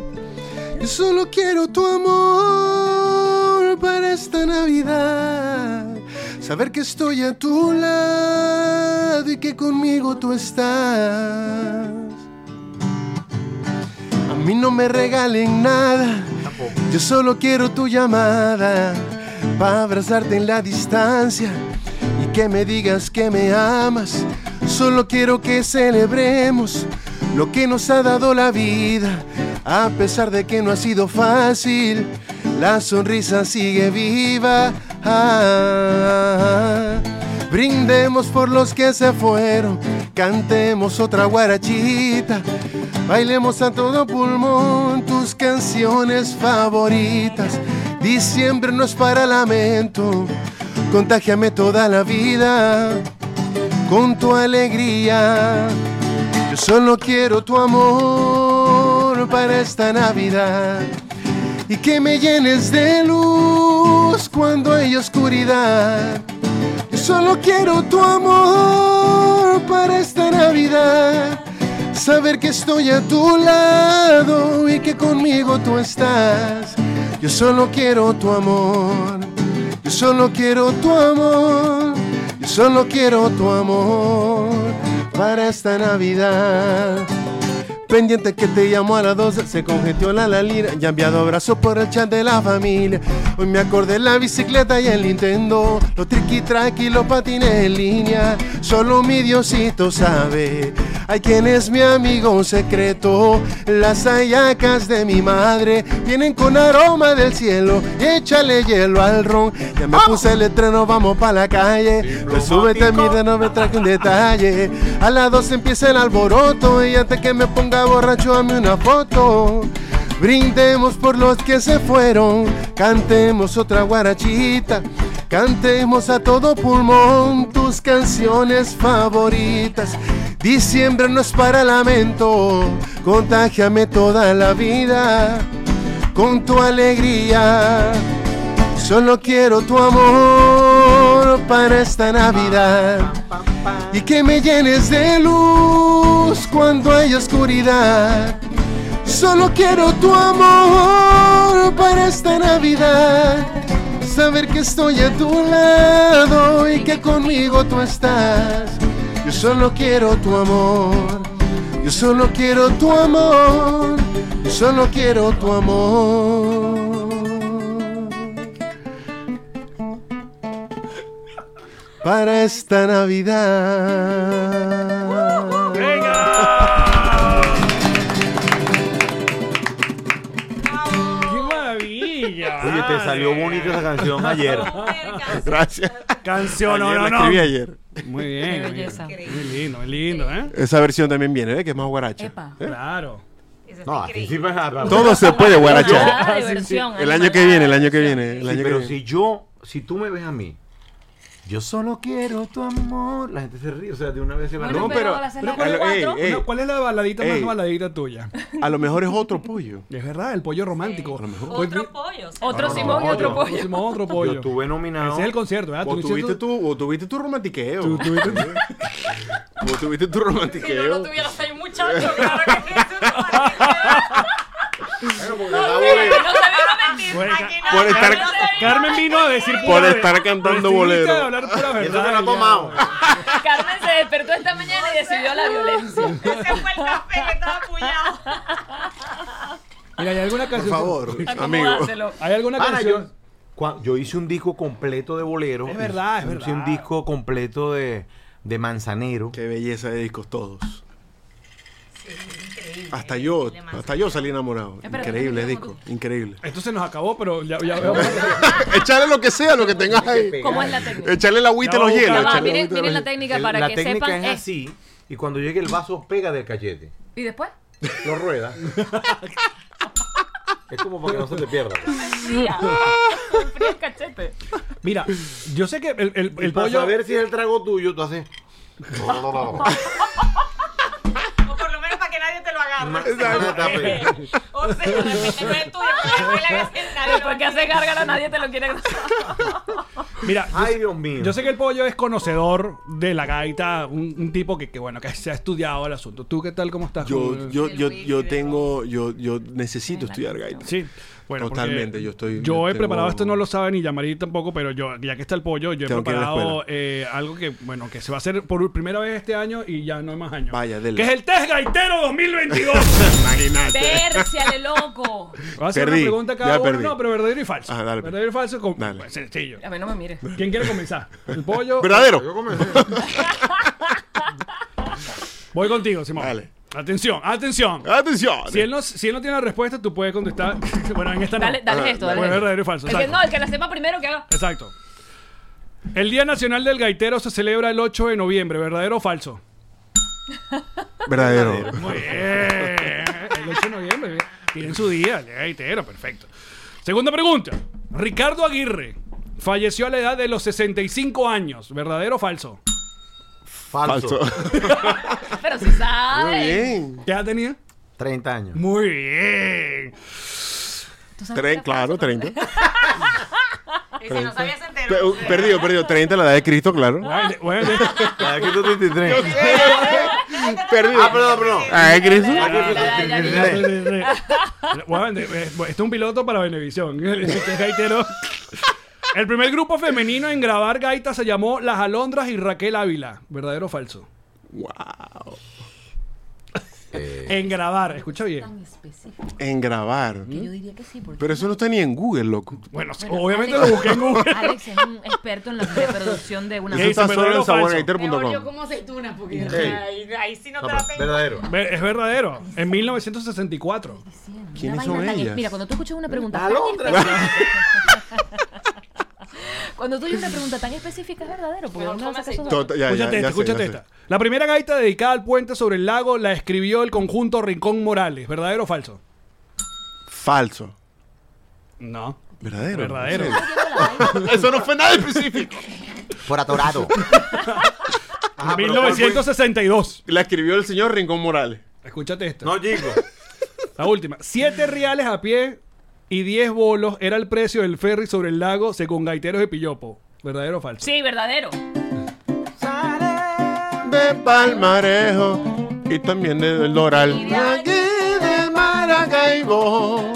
Speaker 12: Yo solo quiero tu amor para esta Navidad. Saber que estoy a tu lado y que conmigo tú estás. A mí no me regalen nada. Yo solo quiero tu llamada para abrazarte en la distancia y que me digas que me amas. Solo quiero que celebremos lo que nos ha dado la vida. A pesar de que no ha sido fácil, la sonrisa sigue viva. Ah. Brindemos por los que se fueron, cantemos otra guarachita, bailemos a todo pulmón tus canciones favoritas. Diciembre no es para lamento, contágiame toda la vida con tu alegría. Yo solo quiero tu amor para esta Navidad y que me llenes de luz cuando hay oscuridad. Yo solo quiero tu amor para esta Navidad. Saber que estoy a tu lado y que conmigo tú estás. Yo solo quiero tu amor. Yo solo quiero tu amor. Yo solo quiero tu amor para esta Navidad. Pendiente que te llamo a las 12, se congestiona la lira. Ya enviado abrazos por el chat de la familia. Hoy me acordé la bicicleta y el Nintendo. Los triqui traqui, los patines en línea. Solo mi Diosito sabe. Hay quien es mi amigo secreto. Las ayacas de mi madre vienen con aroma del cielo. Échale hielo al ron. Ya me puse el estreno, vamos pa' la calle. Pues súbete, mira, no me traje un detalle. A las 12 empieza el alboroto y antes que me ponga borracho, dame una foto. Brindemos por los que se fueron, cantemos otra guarachita, cantemos a todo pulmón tus canciones favoritas. Diciembre no es para lamento, contágiame toda la vida con tu alegría. Solo quiero tu amor para esta Navidad y que me llenes de luz cuando hay oscuridad. Solo quiero tu amor para esta Navidad. Saber que estoy a tu lado y que conmigo tú estás. Yo solo quiero tu amor. Yo solo quiero tu amor. Yo solo quiero tu amor. Para esta Navidad.
Speaker 5: Oye, te salió bonito esa canción ayer.
Speaker 6: Gracias.
Speaker 3: Canción, no,
Speaker 6: Ayer
Speaker 3: no,
Speaker 6: la
Speaker 3: no.
Speaker 6: escribí ayer.
Speaker 3: Muy bien. muy bien. Muy lindo, muy lindo, ¿eh?
Speaker 6: Esa versión también viene, ¿eh? Que es más guaracha.
Speaker 3: Claro.
Speaker 5: No, así sí pues, ah, vas a-
Speaker 6: Todo se puede guarachar.
Speaker 5: Ah, sí, sí.
Speaker 6: El año que viene, el año que viene. El
Speaker 5: Sí,
Speaker 6: año que
Speaker 5: pero
Speaker 6: viene.
Speaker 5: si yo, si tú me ves a mí, yo solo quiero tu amor. La gente se ríe, o sea, de una vez se va
Speaker 3: Bueno, pero a la celda
Speaker 5: pero-
Speaker 3: con
Speaker 5: ey,
Speaker 3: cuatro.
Speaker 5: ey,
Speaker 3: No, ¿Cuál es la baladita más
Speaker 5: Ey.
Speaker 3: baladita tuya?
Speaker 6: A lo mejor es otro pollo.
Speaker 3: Es verdad, el pollo romántico. Pues,
Speaker 7: Otro pollo. o sea,
Speaker 3: No,
Speaker 4: Otro
Speaker 3: no,
Speaker 4: Simón y
Speaker 3: no,
Speaker 4: otro
Speaker 3: yo-
Speaker 4: pollo.
Speaker 3: Simón, otro pollo.
Speaker 5: Yo estuve nominado.
Speaker 3: Ese es el concierto, ¿verdad?
Speaker 6: Vos
Speaker 3: Tuviste
Speaker 6: tuviste
Speaker 3: tu-
Speaker 6: tu, vos tuviste tu romantiqueo.
Speaker 3: Tú- tú- tú-
Speaker 6: Vos tuviste tu
Speaker 7: Si no lo
Speaker 6: romantiqueo.
Speaker 7: tuvieras ahí, muchacho, claro que
Speaker 6: la
Speaker 7: no,
Speaker 6: voz-
Speaker 7: no te dejo mentir.
Speaker 3: Por-
Speaker 7: Aquí no,
Speaker 6: por estar-
Speaker 7: no te dejo
Speaker 3: Carmen vino a decir
Speaker 6: Por
Speaker 3: pura-
Speaker 6: estar cantando
Speaker 3: decidiste
Speaker 6: bolero.
Speaker 3: de hablar pura
Speaker 5: Eso
Speaker 3: verdad,
Speaker 5: que no ha
Speaker 3: ya.
Speaker 5: tomado.
Speaker 4: Carmen se despertó esta mañana y decidió la violencia.
Speaker 3: Mira, hay alguna
Speaker 6: Por
Speaker 3: canción.
Speaker 6: favor,
Speaker 4: Acomodáselo.
Speaker 6: amigo.
Speaker 3: Hay alguna
Speaker 5: Ana,
Speaker 3: canción.
Speaker 5: Cua- Yo hice un disco completo de bolero.
Speaker 3: Es verdad, es
Speaker 5: hice
Speaker 3: verdad.
Speaker 5: un disco completo de, de manzanero.
Speaker 6: Qué belleza de discos todos. Hasta yo, hasta yo salí enamorado.
Speaker 3: Espérate,
Speaker 6: Increíble
Speaker 3: espérate,
Speaker 6: disco, increíble.
Speaker 3: Esto se nos acabó, pero ya, ya veo.
Speaker 6: Echarle lo que sea, lo que tengas ahí.
Speaker 4: ¿Cómo es la técnica?
Speaker 6: Echarle la agüita a los
Speaker 5: Ya va,
Speaker 6: hielos.
Speaker 4: Ya va,
Speaker 6: echarle
Speaker 4: miren,
Speaker 6: agüita a los
Speaker 4: miren la
Speaker 6: hielos.
Speaker 4: técnica
Speaker 5: El-
Speaker 4: para
Speaker 5: la
Speaker 4: que
Speaker 5: técnica
Speaker 4: sepan.
Speaker 5: es
Speaker 4: es-
Speaker 5: así y cuando llegue el vaso pega del cachete.
Speaker 4: ¿Y después?
Speaker 5: Lo rueda. es como para que no se te pierda.
Speaker 4: Fría. Fría el cachete.
Speaker 3: Mira, yo sé que el, el,
Speaker 5: El
Speaker 3: el
Speaker 5: para
Speaker 3: pollo.
Speaker 5: saber si es el trago tuyo, tú haces.
Speaker 7: O por lo menos para que nadie te lo
Speaker 5: Ma-
Speaker 7: agarre.
Speaker 5: Exacto.
Speaker 7: O sea, de repente no es tuyo, pero después la ves en nadie.
Speaker 4: Después que hace gárgara, nadie te lo quiere
Speaker 3: Mira, yo
Speaker 5: Ay,
Speaker 3: sé-
Speaker 5: Dios mío.
Speaker 3: Yo sé que el pollo es conocedor de la gaita, un, un tipo que, que, bueno, que se ha estudiado el asunto. ¿Tú qué tal? ¿Cómo estás?
Speaker 6: Yo,
Speaker 3: con-
Speaker 6: yo, yo, yo tengo, yo, yo necesito estudiar gaita.
Speaker 3: Sí. Bueno, porque
Speaker 6: Totalmente, yo estoy. este
Speaker 3: Yo he
Speaker 6: tengo-
Speaker 3: preparado, esto no lo sabe ni Yamari tampoco, pero yo, ya que está el pollo, yo he
Speaker 6: Tengo que ir a la
Speaker 3: preparado eh, algo que, bueno, que se va a hacer por primera vez este año y ya no hay más años.
Speaker 6: Vaya, dele.
Speaker 3: Que es el test gaitero 2022.
Speaker 6: Imagínate.
Speaker 4: Pérciale, loco.
Speaker 3: Va a hacer una
Speaker 6: Perdí,
Speaker 3: pregunta cada
Speaker 6: ya
Speaker 3: uno,
Speaker 6: perdí.
Speaker 3: no, pero verdadero y falso.
Speaker 6: Ah, dale, pues.
Speaker 3: verdadero y falso, con-
Speaker 6: Dale.
Speaker 3: pues, sencillo.
Speaker 4: A mí no me mires.
Speaker 3: ¿Quién quiere comenzar? ¿El pollo? o-
Speaker 5: Yo
Speaker 6: Verdadero.
Speaker 5: comencé.
Speaker 3: Voy contigo, Simón.
Speaker 6: Dale.
Speaker 3: Atención, atención.
Speaker 6: Atención.
Speaker 3: Si él, no, si él no tiene la respuesta, tú puedes contestar. bueno, en esta no.
Speaker 4: Dale, dale esto, dale
Speaker 3: Pues
Speaker 4: esto.
Speaker 3: verdadero y falso.
Speaker 4: El que,
Speaker 3: exacto.
Speaker 4: no, el que la sepa primero que haga.
Speaker 3: Exacto. El Día Nacional del Gaitero se celebra el 8 de noviembre, ¿verdadero o falso?
Speaker 6: Verdadero.
Speaker 3: Muy bien. El 8 de noviembre. bien. Tienen su día, el Día gaitero, perfecto. Segunda pregunta. Ricardo Aguirre falleció a la edad de los 65 años, ¿verdadero o falso?
Speaker 5: Falso.
Speaker 6: Falso.
Speaker 4: Pero si
Speaker 6: Muy
Speaker 4: sabe.
Speaker 6: bien.
Speaker 3: ¿Qué edad tenía?
Speaker 5: 30 años.
Speaker 3: Muy bien.
Speaker 6: Tre- claro, 30.
Speaker 7: Y si no sabías entero.
Speaker 6: Pe- Perdido, perdido. 30, la edad de Cristo, claro.
Speaker 3: Bueno, bueno,
Speaker 5: Ah, Aquí tú 33.
Speaker 6: Perdido.
Speaker 5: Ah, perdón, perdón.
Speaker 6: Ah, ¿eh, Cristo?
Speaker 5: Aquí tú
Speaker 4: Ya, ya, ya,
Speaker 5: 33.
Speaker 3: Bueno, eh, eh, este es un piloto para Benevisión. Este es gaitero. El primer grupo femenino en grabar gaita se llamó Las Alondras y Raquel Ávila. ¿Verdadero o falso?
Speaker 6: Wow. Eh.
Speaker 3: En grabar, escucha bien.
Speaker 6: En grabar.
Speaker 4: Yo diría que sí, porque
Speaker 6: Pero eso no está ni en Google, loco.
Speaker 3: Bueno, obviamente lo busqué en Google.
Speaker 4: Alex es un experto en la producción de una
Speaker 3: ¿Qué
Speaker 6: Eso
Speaker 3: dice,
Speaker 6: está solo
Speaker 3: verdadero o
Speaker 6: en
Speaker 3: falso?
Speaker 7: Mejor yo
Speaker 6: saborgaiter.com.
Speaker 7: como aceituna, porque o
Speaker 5: Ey.
Speaker 7: sea, ahí, ahí sí no
Speaker 5: No,
Speaker 7: te
Speaker 5: pero
Speaker 7: la tengo.
Speaker 5: verdadero.
Speaker 3: Ve- Es verdadero. En 1964.
Speaker 6: ¿Quiénes
Speaker 4: Una
Speaker 6: son
Speaker 4: vaina tan-
Speaker 6: ellas?
Speaker 4: Mira, cuando tú escuchas una pregunta
Speaker 5: La
Speaker 4: tan
Speaker 5: Londra.
Speaker 4: espe- Cuando tú oyes una pregunta tan específica es verdadero, porque
Speaker 7: Mejor
Speaker 4: uno no
Speaker 7: come
Speaker 4: saca esos
Speaker 7: aceituna.
Speaker 6: Tota- ya, ya,
Speaker 3: escúchate
Speaker 6: ya
Speaker 3: esta,
Speaker 6: sé,
Speaker 3: escúchate
Speaker 6: ya sé.
Speaker 3: esta. La primera gaita dedicada al puente sobre el lago la escribió el conjunto Rincón Morales. ¿Verdadero o falso?
Speaker 6: Falso.
Speaker 3: No.
Speaker 6: Verdadero.
Speaker 3: Verdadero.
Speaker 6: Sí.
Speaker 4: datos.
Speaker 6: Eso no fue nada específico.
Speaker 5: Por atorado. Ajá, pero ¿cuál fue?
Speaker 3: 1962.
Speaker 6: La escribió el señor Rincón Morales.
Speaker 3: Escúchate esta.
Speaker 5: No, chico.
Speaker 3: La última. Siete reales a pie y 10 bolos era el precio del ferry sobre el lago según Gaiteros de Pillopo. ¿Verdadero o falso?
Speaker 4: Sí, verdadero.
Speaker 6: De Palmarejo y también de El Doral. Aquí de Maracaibo.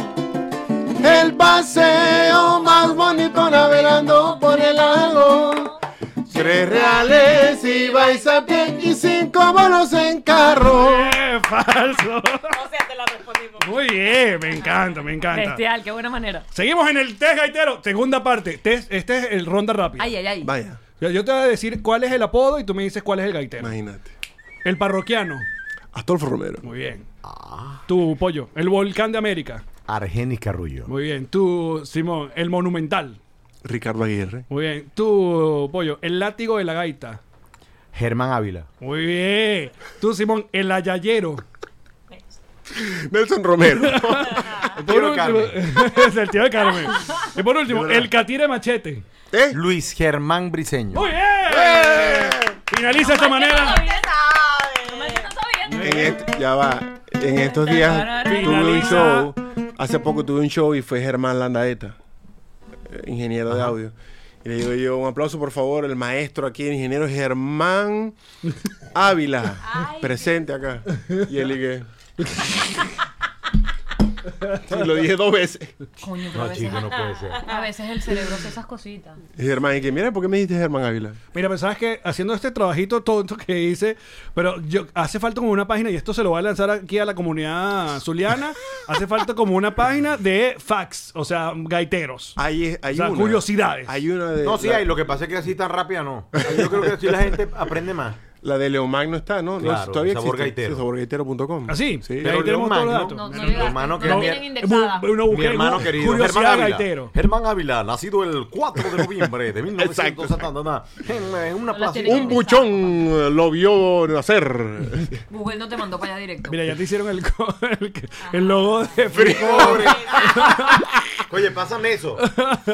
Speaker 6: El paseo más bonito navegando por el lago. Tres reales y vais a pie y cinco bolos en carro.
Speaker 3: ¡Eh, falso!
Speaker 7: O sea, te la respondimos.
Speaker 3: Muy bien, me encanta, me encanta.
Speaker 4: Bestial, qué buena manera.
Speaker 3: Seguimos en el test gaitero, segunda parte. Test- este es el ronda rápida.
Speaker 4: Ay, ay, ay.
Speaker 6: Vaya,
Speaker 3: Yo, yo te voy a decir cuál es el apodo y tú me dices cuál es el gaitero.
Speaker 6: imagínate.
Speaker 3: El parroquiano.
Speaker 6: Astolfo Romero.
Speaker 3: Muy bien. Tu pollo. El volcán de América.
Speaker 5: Argenis Carrullo.
Speaker 3: Muy bien. Tú, Simón, el monumental.
Speaker 5: Ricardo Aguirre.
Speaker 3: Muy bien. Tú, Pollo, el látigo de la gaita.
Speaker 5: Germán Ávila.
Speaker 3: Muy bien. Tú, Simón, el ayayero.
Speaker 5: Nelson Romero.
Speaker 3: Y por último, es el tío de Carmen. Y por último, el catire machete.
Speaker 5: Luis Germán Briceño.
Speaker 3: ¡Muy bien! Finaliza de esta manera.
Speaker 6: En est- ya va. En estos días tuve un
Speaker 3: Finaliza.
Speaker 6: show. Hace poco tuve un show y fue Germán Landaeta, eh, ingeniero de audio. Y le digo yo, un aplauso por favor, el maestro aquí, el ingeniero Germán Ávila, presente acá. Y él dije. y lo dije dos veces.
Speaker 4: Coño, pero a veces- A veces el cerebro hace esas cositas.
Speaker 6: Y Germán, y que mira, ¿por qué me dijiste Germán Ávila?
Speaker 3: Mira, pero sabes que haciendo este trabajito tonto que hice, pero yo hace falta como una página, y esto se lo voy a lanzar aquí a la comunidad zuliana, hace falta como una página de fax, o sea, gaiteros.
Speaker 6: Hay, hay
Speaker 3: o sea,
Speaker 5: una.
Speaker 3: curiosidades.
Speaker 6: Hay una de.
Speaker 5: No, sí
Speaker 6: la-
Speaker 5: hay. Lo que pasa es que así tan rápida no. Yo creo que así la gente aprende más.
Speaker 6: La de Leomagno está, ¿no? No,
Speaker 5: Claro,
Speaker 6: todavía
Speaker 5: Sabor
Speaker 6: existe.
Speaker 5: Gaitero.
Speaker 6: Sí, saborgaitero.com.
Speaker 3: ¿Ah, sí?
Speaker 6: Sí.
Speaker 3: Pero ahí tenemos todos los datos.
Speaker 5: No, no Mi llegaste, hermano no que- la tienen
Speaker 4: indexada.
Speaker 3: Bu- uno busca
Speaker 5: Mi
Speaker 3: en
Speaker 5: hermano
Speaker 3: Google,
Speaker 5: querido,
Speaker 3: curiosidad
Speaker 5: Germán Ávila.
Speaker 3: gaitero.
Speaker 5: Germán Ávila, nacido el 4 de noviembre de 1970, en, en una plaza.
Speaker 6: Un buchón eh, lo vio nacer.
Speaker 4: Google no te mandó
Speaker 5: Ah,
Speaker 4: para allá directo.
Speaker 3: Mira, ya te hicieron el, co- el, el logo de Free
Speaker 5: Cobre. Oye, pásame eso.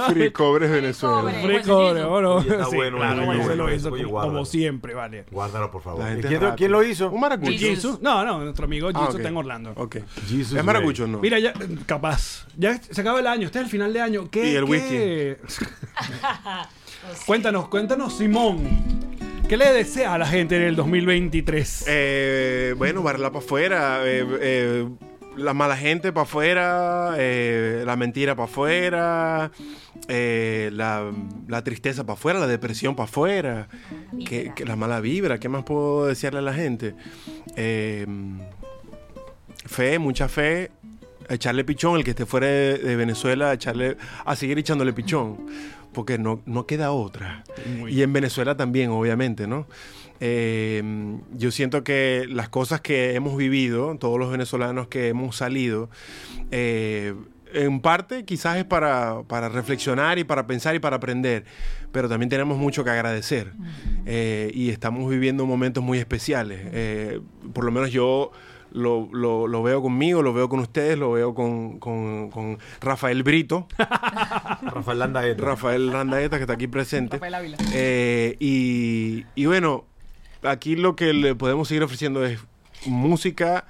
Speaker 6: Free Cobres Venezuela.
Speaker 3: Free Cobre, bueno.
Speaker 5: Oye, está
Speaker 3: sí,
Speaker 5: bueno,
Speaker 3: claro,
Speaker 5: bueno,
Speaker 3: ese
Speaker 5: bueno,
Speaker 3: lo hizo
Speaker 5: oye,
Speaker 3: como,
Speaker 5: guárdalo.
Speaker 3: como siempre, vale.
Speaker 5: Guárdalo, por favor.
Speaker 6: La gente
Speaker 5: ¿Y ¿Quién,
Speaker 6: rápida.
Speaker 5: quién lo hizo?
Speaker 6: Un maracucho.
Speaker 3: Jesus. No, no, nuestro amigo
Speaker 6: Ah,
Speaker 3: Jesus
Speaker 6: ok.
Speaker 3: está en Orlando.
Speaker 6: Ok.
Speaker 5: Jesus
Speaker 6: es maracucho, ¿no?
Speaker 3: Mira, ya, capaz. Ya se acaba el año, este es el final de año. ¿Qué,
Speaker 6: Y el
Speaker 3: qué- cuéntanos, cuéntanos, Simón. ¿Qué le desea a la gente en el 2023?
Speaker 6: Eh, bueno, barla para afuera. eh, eh, la mala gente para afuera. eh, la mentira para afuera. eh, la, la tristeza para afuera. La depresión para afuera. Que, que la mala vibra. ¿Qué más puedo decirle a la gente? Eh, fe, mucha fe. Echarle pichón, el que esté fuera de, de Venezuela, echarle, a seguir echándole pichón, porque no, no queda otra. Y en Venezuela también, obviamente, ¿no? Eh, yo siento que las cosas que hemos vivido, todos los venezolanos que hemos salido, eh, en parte quizás es para, para reflexionar y para pensar y para aprender, pero también tenemos mucho que agradecer. Eh, y estamos viviendo momentos muy especiales. Eh, por lo menos yo lo, lo- lo veo conmigo, lo veo con ustedes, lo veo con, con- con Rafael Brito.
Speaker 5: Rafael Landaeta.
Speaker 6: Rafael Landaeta, que está aquí presente.
Speaker 4: Rafael Ávila.
Speaker 6: Eh, y, y bueno, aquí lo que le podemos seguir ofreciendo es música,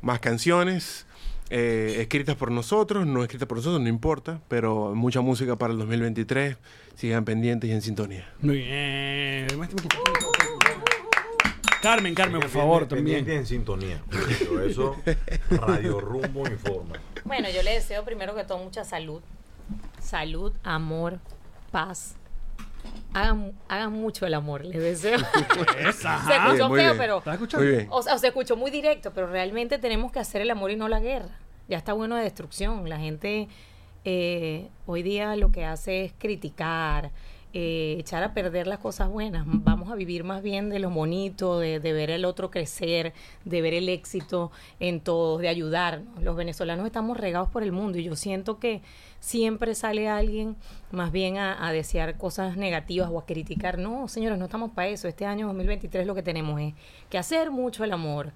Speaker 6: más canciones, eh, escritas por nosotros, no escritas por nosotros, no importa, pero mucha música para el 2023. Sigan pendientes y en sintonía.
Speaker 3: Muy bien. Carmen, Carmen, por favor, también.
Speaker 5: Pendiente en sintonía. Pero Eso, Radio Rumbo informa.
Speaker 7: Bueno, yo le deseo primero que todo mucha salud. Salud, amor, paz. Hagan, hagan mucho el amor, les deseo.
Speaker 3: Esa,
Speaker 7: se
Speaker 3: Pues, ajá.
Speaker 7: escuchó
Speaker 3: Muy
Speaker 7: feo,
Speaker 3: bien.
Speaker 7: pero.
Speaker 3: ¿Estás escuchando? Muy bien.
Speaker 7: O sea, o se escuchó muy directo, pero realmente tenemos que hacer el amor y no la guerra. Ya está bueno de destrucción. La gente eh, hoy día lo que hace es criticar, eh, echar a perder las cosas buenas. Vamos a vivir más bien de lo bonito, de, de ver al otro crecer, de ver el éxito en todos, de ayudarnos. Los venezolanos estamos regados por el mundo y yo siento que siempre sale alguien más bien a, a desear cosas negativas o a criticar. No, señores, no estamos para eso. Este año 2023 lo que tenemos es que hacer mucho el amor,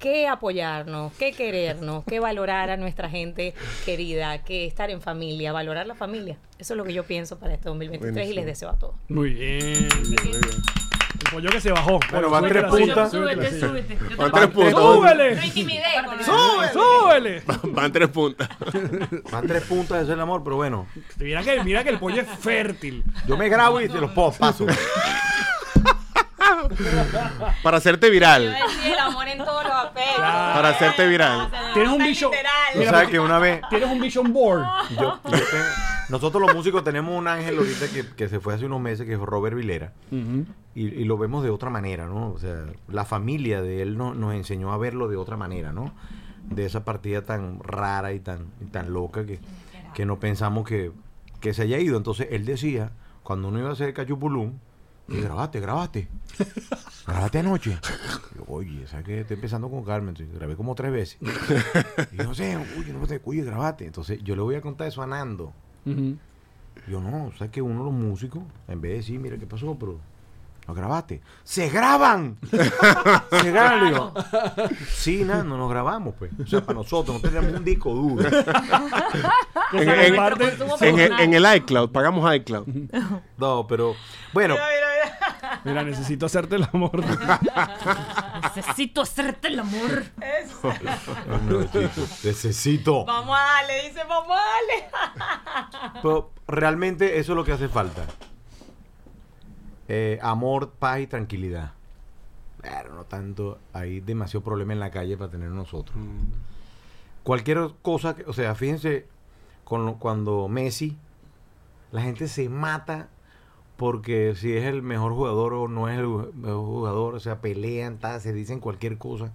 Speaker 7: que apoyarnos, que querernos, que valorar a nuestra gente querida, que estar en familia, valorar la familia. Eso es lo que yo pienso para este 2023 y les
Speaker 3: Buenísimo.
Speaker 7: deseo a todos.
Speaker 3: Muy bien. El pollo que se bajó.
Speaker 5: Bueno, van tres puntas.
Speaker 7: Súbete, súbete. Yo te
Speaker 6: Van tres puntas.
Speaker 3: ¡Súbele!
Speaker 7: ¡Súbele!
Speaker 3: ¡Súbele!
Speaker 6: Van tres puntas.
Speaker 5: Van tres puntas, eso es el amor, pero bueno.
Speaker 3: Mira que, mira que el pollo es fértil.
Speaker 5: Yo me grabo y te los puedo paso.
Speaker 6: Para hacerte viral.
Speaker 7: el amor en todos los aspectos. Ah,
Speaker 6: Para hacerte viral.
Speaker 3: Tienes un bicho.
Speaker 5: Tú sabes que una vez
Speaker 3: Tienes un vision board.
Speaker 5: Yo- yo tengo- nosotros los músicos tenemos un ángel ahorita que, que se fue hace unos meses, que es Robert Vilera, y, y lo vemos de otra manera, ¿no? O sea, la familia de él no- nos enseñó a verlo de otra manera, ¿no? De esa partida tan rara y tan, y tan loca que, que no pensamos que, que se haya ido. Entonces él decía, cuando uno iba a hacer Cachupulum, Y grabaste, grabaste. Grabaste anoche. Y yo, oye, ¿sabes qué? Estoy empezando con Carmen. Entonces, grabé como tres veces. Y yo no sé, oye, no sé, oye, grabaste. Entonces yo le voy a contar eso a Nando.
Speaker 3: Ujú.
Speaker 5: Yo no, o sea que uno de los músicos, en vez de decir, mira qué pasó, pero no grabaste. ¡Se graban! ¡Se graban! Le digo, sí, nada, no nos grabamos, pues. O sea, para nosotros, no tenemos un disco duro.
Speaker 6: En, en- en el, en el iCloud, pagamos iCloud.
Speaker 5: No, pero bueno.
Speaker 3: Mira, necesito hacerte el amor.
Speaker 7: Oh,
Speaker 4: Necesito hacerte el amor.
Speaker 5: No, chico, necesito.
Speaker 7: Vamos a darle, Ah, dice, vamos a darle.
Speaker 5: Pero realmente eso es lo que hace falta. Eh, amor, paz y tranquilidad. Pero no tanto, hay demasiado problema en la calle para tener nosotros. Cualquier cosa, que- o sea, fíjense, con lo- cuando Messi, la gente se mata porque si es el mejor jugador o no es el ju- mejor jugador, o sea, pelean, tal, se dicen cualquier cosa.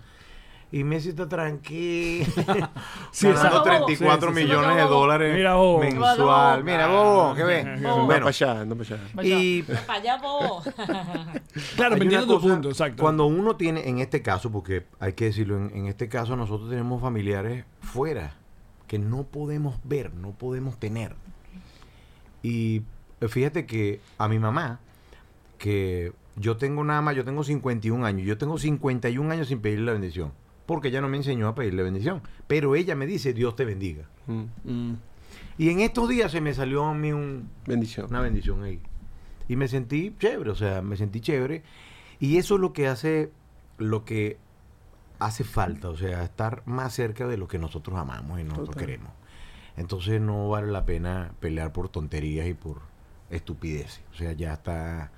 Speaker 5: Y Messi está tranquilo.
Speaker 3: Sí,
Speaker 5: ganando
Speaker 3: exacto.
Speaker 5: 34
Speaker 3: Sí, sí, sí.
Speaker 5: millones de dólares
Speaker 3: Mira, bobo.
Speaker 5: mensual. Mira, bobo, ¿qué ves?
Speaker 6: Anda para allá, anda para allá.
Speaker 5: Y
Speaker 7: Para allá, bobo.
Speaker 3: Claro,
Speaker 5: hay
Speaker 3: me
Speaker 5: una
Speaker 3: entiendo tu
Speaker 5: cosa,
Speaker 3: punto, exacto.
Speaker 5: Cuando uno tiene, en este caso, porque hay que decirlo, en, en este caso nosotros tenemos familiares fuera que no podemos ver, no podemos tener. Y eh, fíjate que a mi mamá, que yo tengo nada más, yo tengo 51 años, yo tengo 51 años sin pedirle la bendición, porque ella no me enseñó a pedirle bendición, pero ella me dice, Dios te bendiga. Y en estos días se me salió a mí un, bendición. una bendición ahí. Y me sentí chévere, o sea, me sentí chévere. Y eso es lo que hace, lo que hace falta, o sea, estar más cerca de lo que nosotros amamos y nosotros
Speaker 3: Total.
Speaker 5: queremos. Entonces no vale la pena pelear por tonterías y por estupideces. O sea, ya está...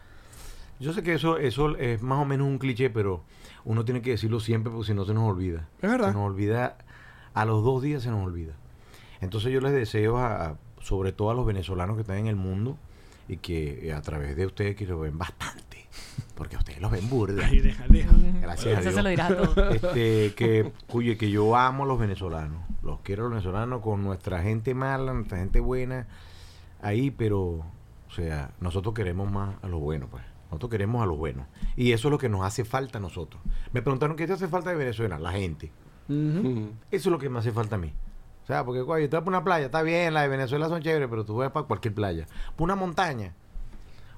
Speaker 5: Yo sé que eso, eso es más o menos un cliché, pero uno tiene que decirlo siempre porque si no se nos olvida.
Speaker 3: Es verdad.
Speaker 5: Se nos olvida, a los dos días se nos olvida. Entonces yo les deseo a, a- sobre todo a los venezolanos que están en el mundo y que eh, a través de ustedes que lo ven bastante, porque ustedes los ven burda.
Speaker 3: Ay, deja, deja.
Speaker 5: Gracias
Speaker 3: Eso
Speaker 5: a Dios.
Speaker 3: se lo dirá todo.
Speaker 5: Este, que, cuye, que yo amo a los venezolanos. Los quiero a los venezolanos con nuestra gente mala, nuestra gente buena. Ahí, pero, o sea, nosotros queremos más a los buenos, pues. Nosotros queremos a los buenos. Y eso es lo que nos hace falta a nosotros. Me preguntaron qué te hace falta de Venezuela. La gente. Eso es lo que me hace falta a mí. O sea, porque cuando yo te voy para una playa, está bien, las de Venezuela son chéveres, pero tú vas para cualquier playa. Para una montaña.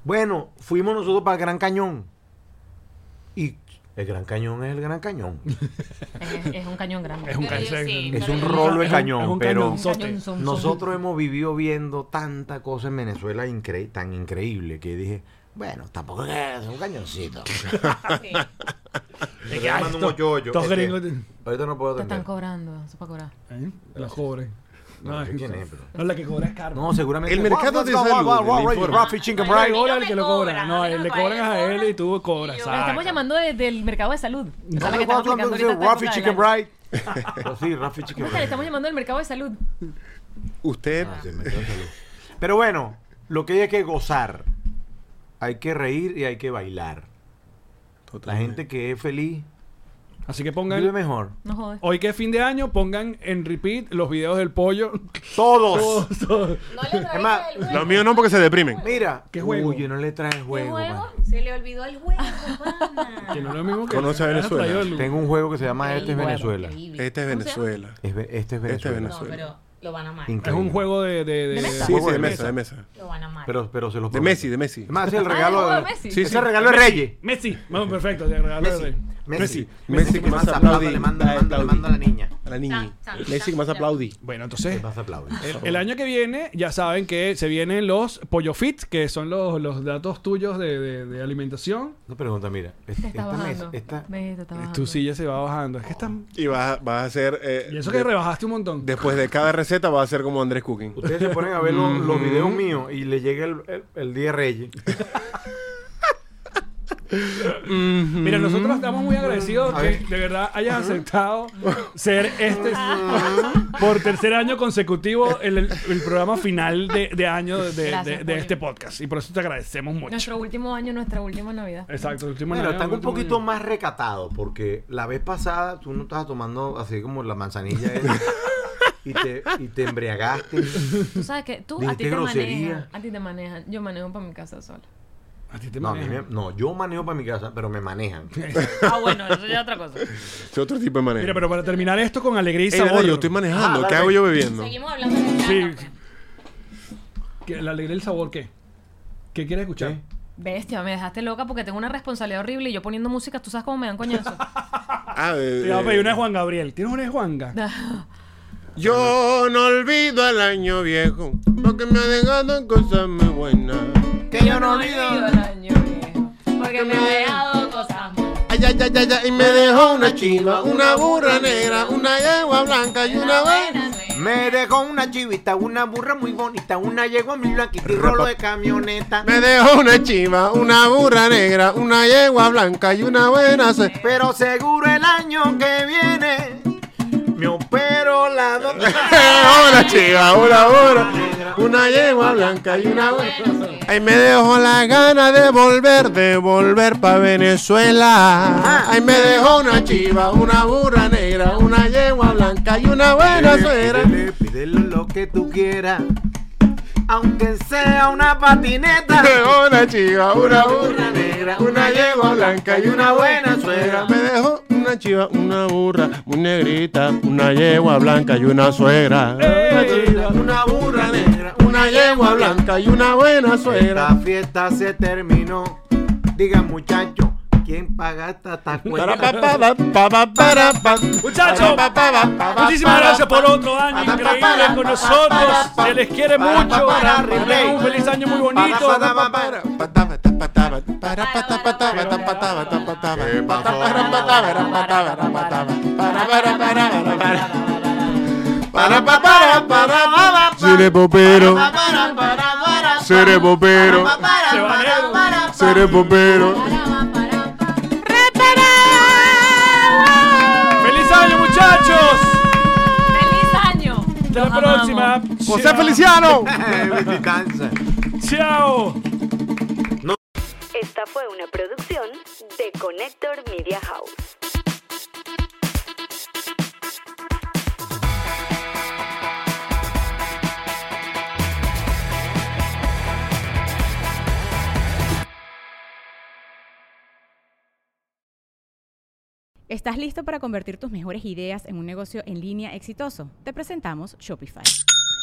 Speaker 5: Bueno, fuimos nosotros para el Gran Cañón. Y el Gran Cañón es el Gran Cañón.
Speaker 4: Es, es un cañón grande.
Speaker 3: Es un Pero cañón. yo sí,
Speaker 5: es
Speaker 3: pero
Speaker 5: un
Speaker 3: yo-
Speaker 5: rolo de
Speaker 3: Es un-
Speaker 5: cañón,
Speaker 3: es un
Speaker 5: pero
Speaker 3: cañonzote.
Speaker 4: Cañonzonzote.
Speaker 5: nosotros hemos vivido viendo tanta cosa en Venezuela incre- tan increíble que dije, bueno, tampoco es que es un cañoncito.
Speaker 3: Es
Speaker 5: Te
Speaker 3: que, ay,
Speaker 5: mando un
Speaker 3: estos-
Speaker 5: ochocho.
Speaker 3: estos
Speaker 5: Es que
Speaker 3: gringos-
Speaker 5: Ahorita no puedo
Speaker 4: Te
Speaker 5: atender.
Speaker 4: están cobrando, eso es para cobrar.
Speaker 3: ¿Eh? La cobre.
Speaker 5: No,
Speaker 3: Ay,
Speaker 5: sé quién es, pero-
Speaker 3: No, la que cobra es caro.
Speaker 5: No, seguramente-
Speaker 3: El
Speaker 5: El
Speaker 3: mercado
Speaker 5: mercado
Speaker 3: de
Speaker 5: de salud, el
Speaker 3: salud.
Speaker 5: informe.
Speaker 3: Rafi Chicken Fry.
Speaker 5: Ay,
Speaker 3: Cobra el que lo cobra. No, él le cobran a él y tú cobras.
Speaker 4: Pero
Speaker 3: saca.
Speaker 4: estamos llamando desde el mercado de salud. O sea, la que
Speaker 5: ¿Cuál
Speaker 4: estamos aplicando
Speaker 5: es el
Speaker 4: ahorita
Speaker 5: Rafi
Speaker 4: está
Speaker 5: Chicken
Speaker 4: con la de
Speaker 5: Bright? sí, Rafi Chicken
Speaker 4: la- Oiga, Le
Speaker 5: Bright.
Speaker 4: estamos llamando del mercado de salud.
Speaker 5: Usted. Ah, Pero bueno, lo que hay es que gozar. Hay que reír y hay que bailar. La gente que es feliz.
Speaker 3: Así que pongan.
Speaker 5: Vive mejor.
Speaker 4: No jodes.
Speaker 3: Hoy que es fin de año, pongan en repeat los videos del pollo.
Speaker 5: Todos.
Speaker 3: todos, todos.
Speaker 5: Es más,
Speaker 6: Los míos no porque se deprimen.
Speaker 5: Mira,
Speaker 3: ¿Qué juego?
Speaker 5: Uy, no le trae juego. man.
Speaker 7: Se le olvidó el juego,
Speaker 3: Que no es lo mismo que.
Speaker 6: Conoce a Venezuela.
Speaker 5: Tengo un juego que se llama Este es
Speaker 7: Increíble,
Speaker 5: Venezuela.
Speaker 7: increíble.
Speaker 6: Este es
Speaker 7: ¿Cómo se llama?
Speaker 6: Venezuela.
Speaker 5: Es ve- Este es
Speaker 6: Este es
Speaker 5: Venezuela.
Speaker 7: No, pero lo van a amar.
Speaker 5: Increíble.
Speaker 3: Es un juego de. de, de-
Speaker 6: Sí,
Speaker 5: juego
Speaker 6: sí,
Speaker 5: de
Speaker 6: de mesa,
Speaker 5: mesa.
Speaker 6: de mesa.
Speaker 7: Lo van a amar.
Speaker 5: Pero, pero se los
Speaker 6: De Messi, de Messi.
Speaker 5: Más el
Speaker 4: Ah,
Speaker 5: regalo.
Speaker 4: el juego de
Speaker 5: de-
Speaker 6: Sí,
Speaker 4: Messi.
Speaker 6: sí.
Speaker 5: Ese regalo es
Speaker 3: Messi,
Speaker 5: Reyes.
Speaker 3: Messi. Vamos, perfecto. te regalo
Speaker 5: Messi.
Speaker 3: de Reyes.
Speaker 5: Messi.
Speaker 6: Messi que más aplaudí.
Speaker 5: Le manda, le manda, le manda a la niña.
Speaker 6: A la niña.
Speaker 7: Chan, chan,
Speaker 6: Messi que más
Speaker 7: chan.
Speaker 6: aplaudí.
Speaker 3: Bueno, entonces.
Speaker 5: Le más aplaude.
Speaker 3: El, el año que viene, ya saben que se vienen los Pollo Fit, que son los, los datos tuyos de, de- de alimentación.
Speaker 5: No pregunta, mira. es-
Speaker 4: Te está
Speaker 5: Esta mesa,
Speaker 4: bajando.
Speaker 5: esta.
Speaker 4: Ve, te está bajando.
Speaker 3: Tu silla se va bajando. Es que están.
Speaker 6: Y vas, a- vas a hacer. eh,
Speaker 3: Y eso que
Speaker 6: de-
Speaker 3: rebajaste un montón.
Speaker 6: Después de cada receta vas a hacer como Andrés Cooking.
Speaker 5: Ustedes se ponen a ver los, los
Speaker 6: Mm.
Speaker 5: videos míos y le llega el, el, el día de Reyes.
Speaker 3: Mira, nosotros estamos muy agradecidos que de verdad hayas aceptado ser este por tercer año consecutivo el, el- el programa final de, de año de, de-
Speaker 4: Gracias,
Speaker 3: de
Speaker 4: Pollo.
Speaker 3: este podcast. Y por eso te agradecemos mucho.
Speaker 4: Nuestro último año, nuestra última Navidad.
Speaker 3: Exacto, último
Speaker 5: Bueno,
Speaker 3: año,
Speaker 5: están un
Speaker 3: último
Speaker 5: poquito
Speaker 3: año.
Speaker 5: más recatados porque la vez pasada tú no estabas tomando así como la manzanilla esa, y, te, y te embriagaste.
Speaker 4: Tú sabes que tú a ti
Speaker 5: Dijiste
Speaker 4: te
Speaker 5: grosería.
Speaker 4: manejan. A ti te manejan. Yo manejo para mi casa sola.
Speaker 3: ¿A ti te
Speaker 5: no, a mí
Speaker 3: manejan?
Speaker 5: me- no, yo manejo para mi casa, pero me manejan.
Speaker 4: Ah, bueno, eso ya es otra cosa.
Speaker 5: Es otro tipo de
Speaker 3: Mira, pero para terminar esto con alegría y
Speaker 5: Ey, verdad,
Speaker 3: sabor.
Speaker 5: yo estoy
Speaker 8: manejando, Ah, ¿qué dale. hago yo bebiendo?
Speaker 13: Seguimos hablando de
Speaker 3: Sí. ¿Qué, ¿La alegría y el sabor qué? ¿Qué quieres escuchar?
Speaker 4: Bestia, me dejaste loca porque tengo una responsabilidad horrible y yo poniendo música, tú sabes cómo me dan coñazo.
Speaker 8: Ah,
Speaker 3: Te iba a pedir una de Juan Gabriel. ¿Tienes una de Juanga?
Speaker 8: Yo no olvido al año viejo, porque me ha dejado cosas muy buenas.
Speaker 6: Que yo no olvido.
Speaker 4: Porque me ha dejado cosas muy
Speaker 8: Ay, ay, ay, ay, ay, y me dejó una chiva, una burra negra, una yegua blanca y una vaina.
Speaker 9: Me dejó una chivita, una burra muy bonita, una yegua muy blanquita y rolo de camioneta.
Speaker 8: Me dejó una chiva, una burra negra, una yegua blanca y una buena. se-
Speaker 9: Pero seguro el año que viene me opero la do-
Speaker 8: Una chiva, una burra, una yegua blanca y una buena. Ay, me dejó la gana de volver, de volver pa' Venezuela. Ay, me dejó una chiva, una burra negra, una yegua blanca y una buena suegra.
Speaker 9: Pídele lo que tú quieras, aunque sea una patineta.
Speaker 8: Me dejó una chiva, una burra
Speaker 9: negra,
Speaker 8: una yegua blanca y una buena suegra. Me dejó una chiva, una burra, muy negrita, una yegua blanca y una suegra.
Speaker 9: Una burra negra,
Speaker 8: Una yegua blanca y una buena suegra.
Speaker 9: La fiesta se terminó. Digan muchachos, ¿quién paga esta tacuela?
Speaker 3: Muchachos, muchísimas gracias por otro año increíble con nosotros. Se les quiere mucho. Tengan un feliz año muy bonito.
Speaker 8: Seré popero, seré popero, seré popero.
Speaker 3: ¡Feliz año, muchachos!
Speaker 4: ¡Feliz año!
Speaker 3: Hasta la próxima.
Speaker 8: José Feliciano.
Speaker 3: Chao.
Speaker 14: Esta fue una producción de Connector Media House.
Speaker 15: ¿Estás listo para convertir tus mejores ideas en un negocio en línea exitoso? Te presentamos Shopify.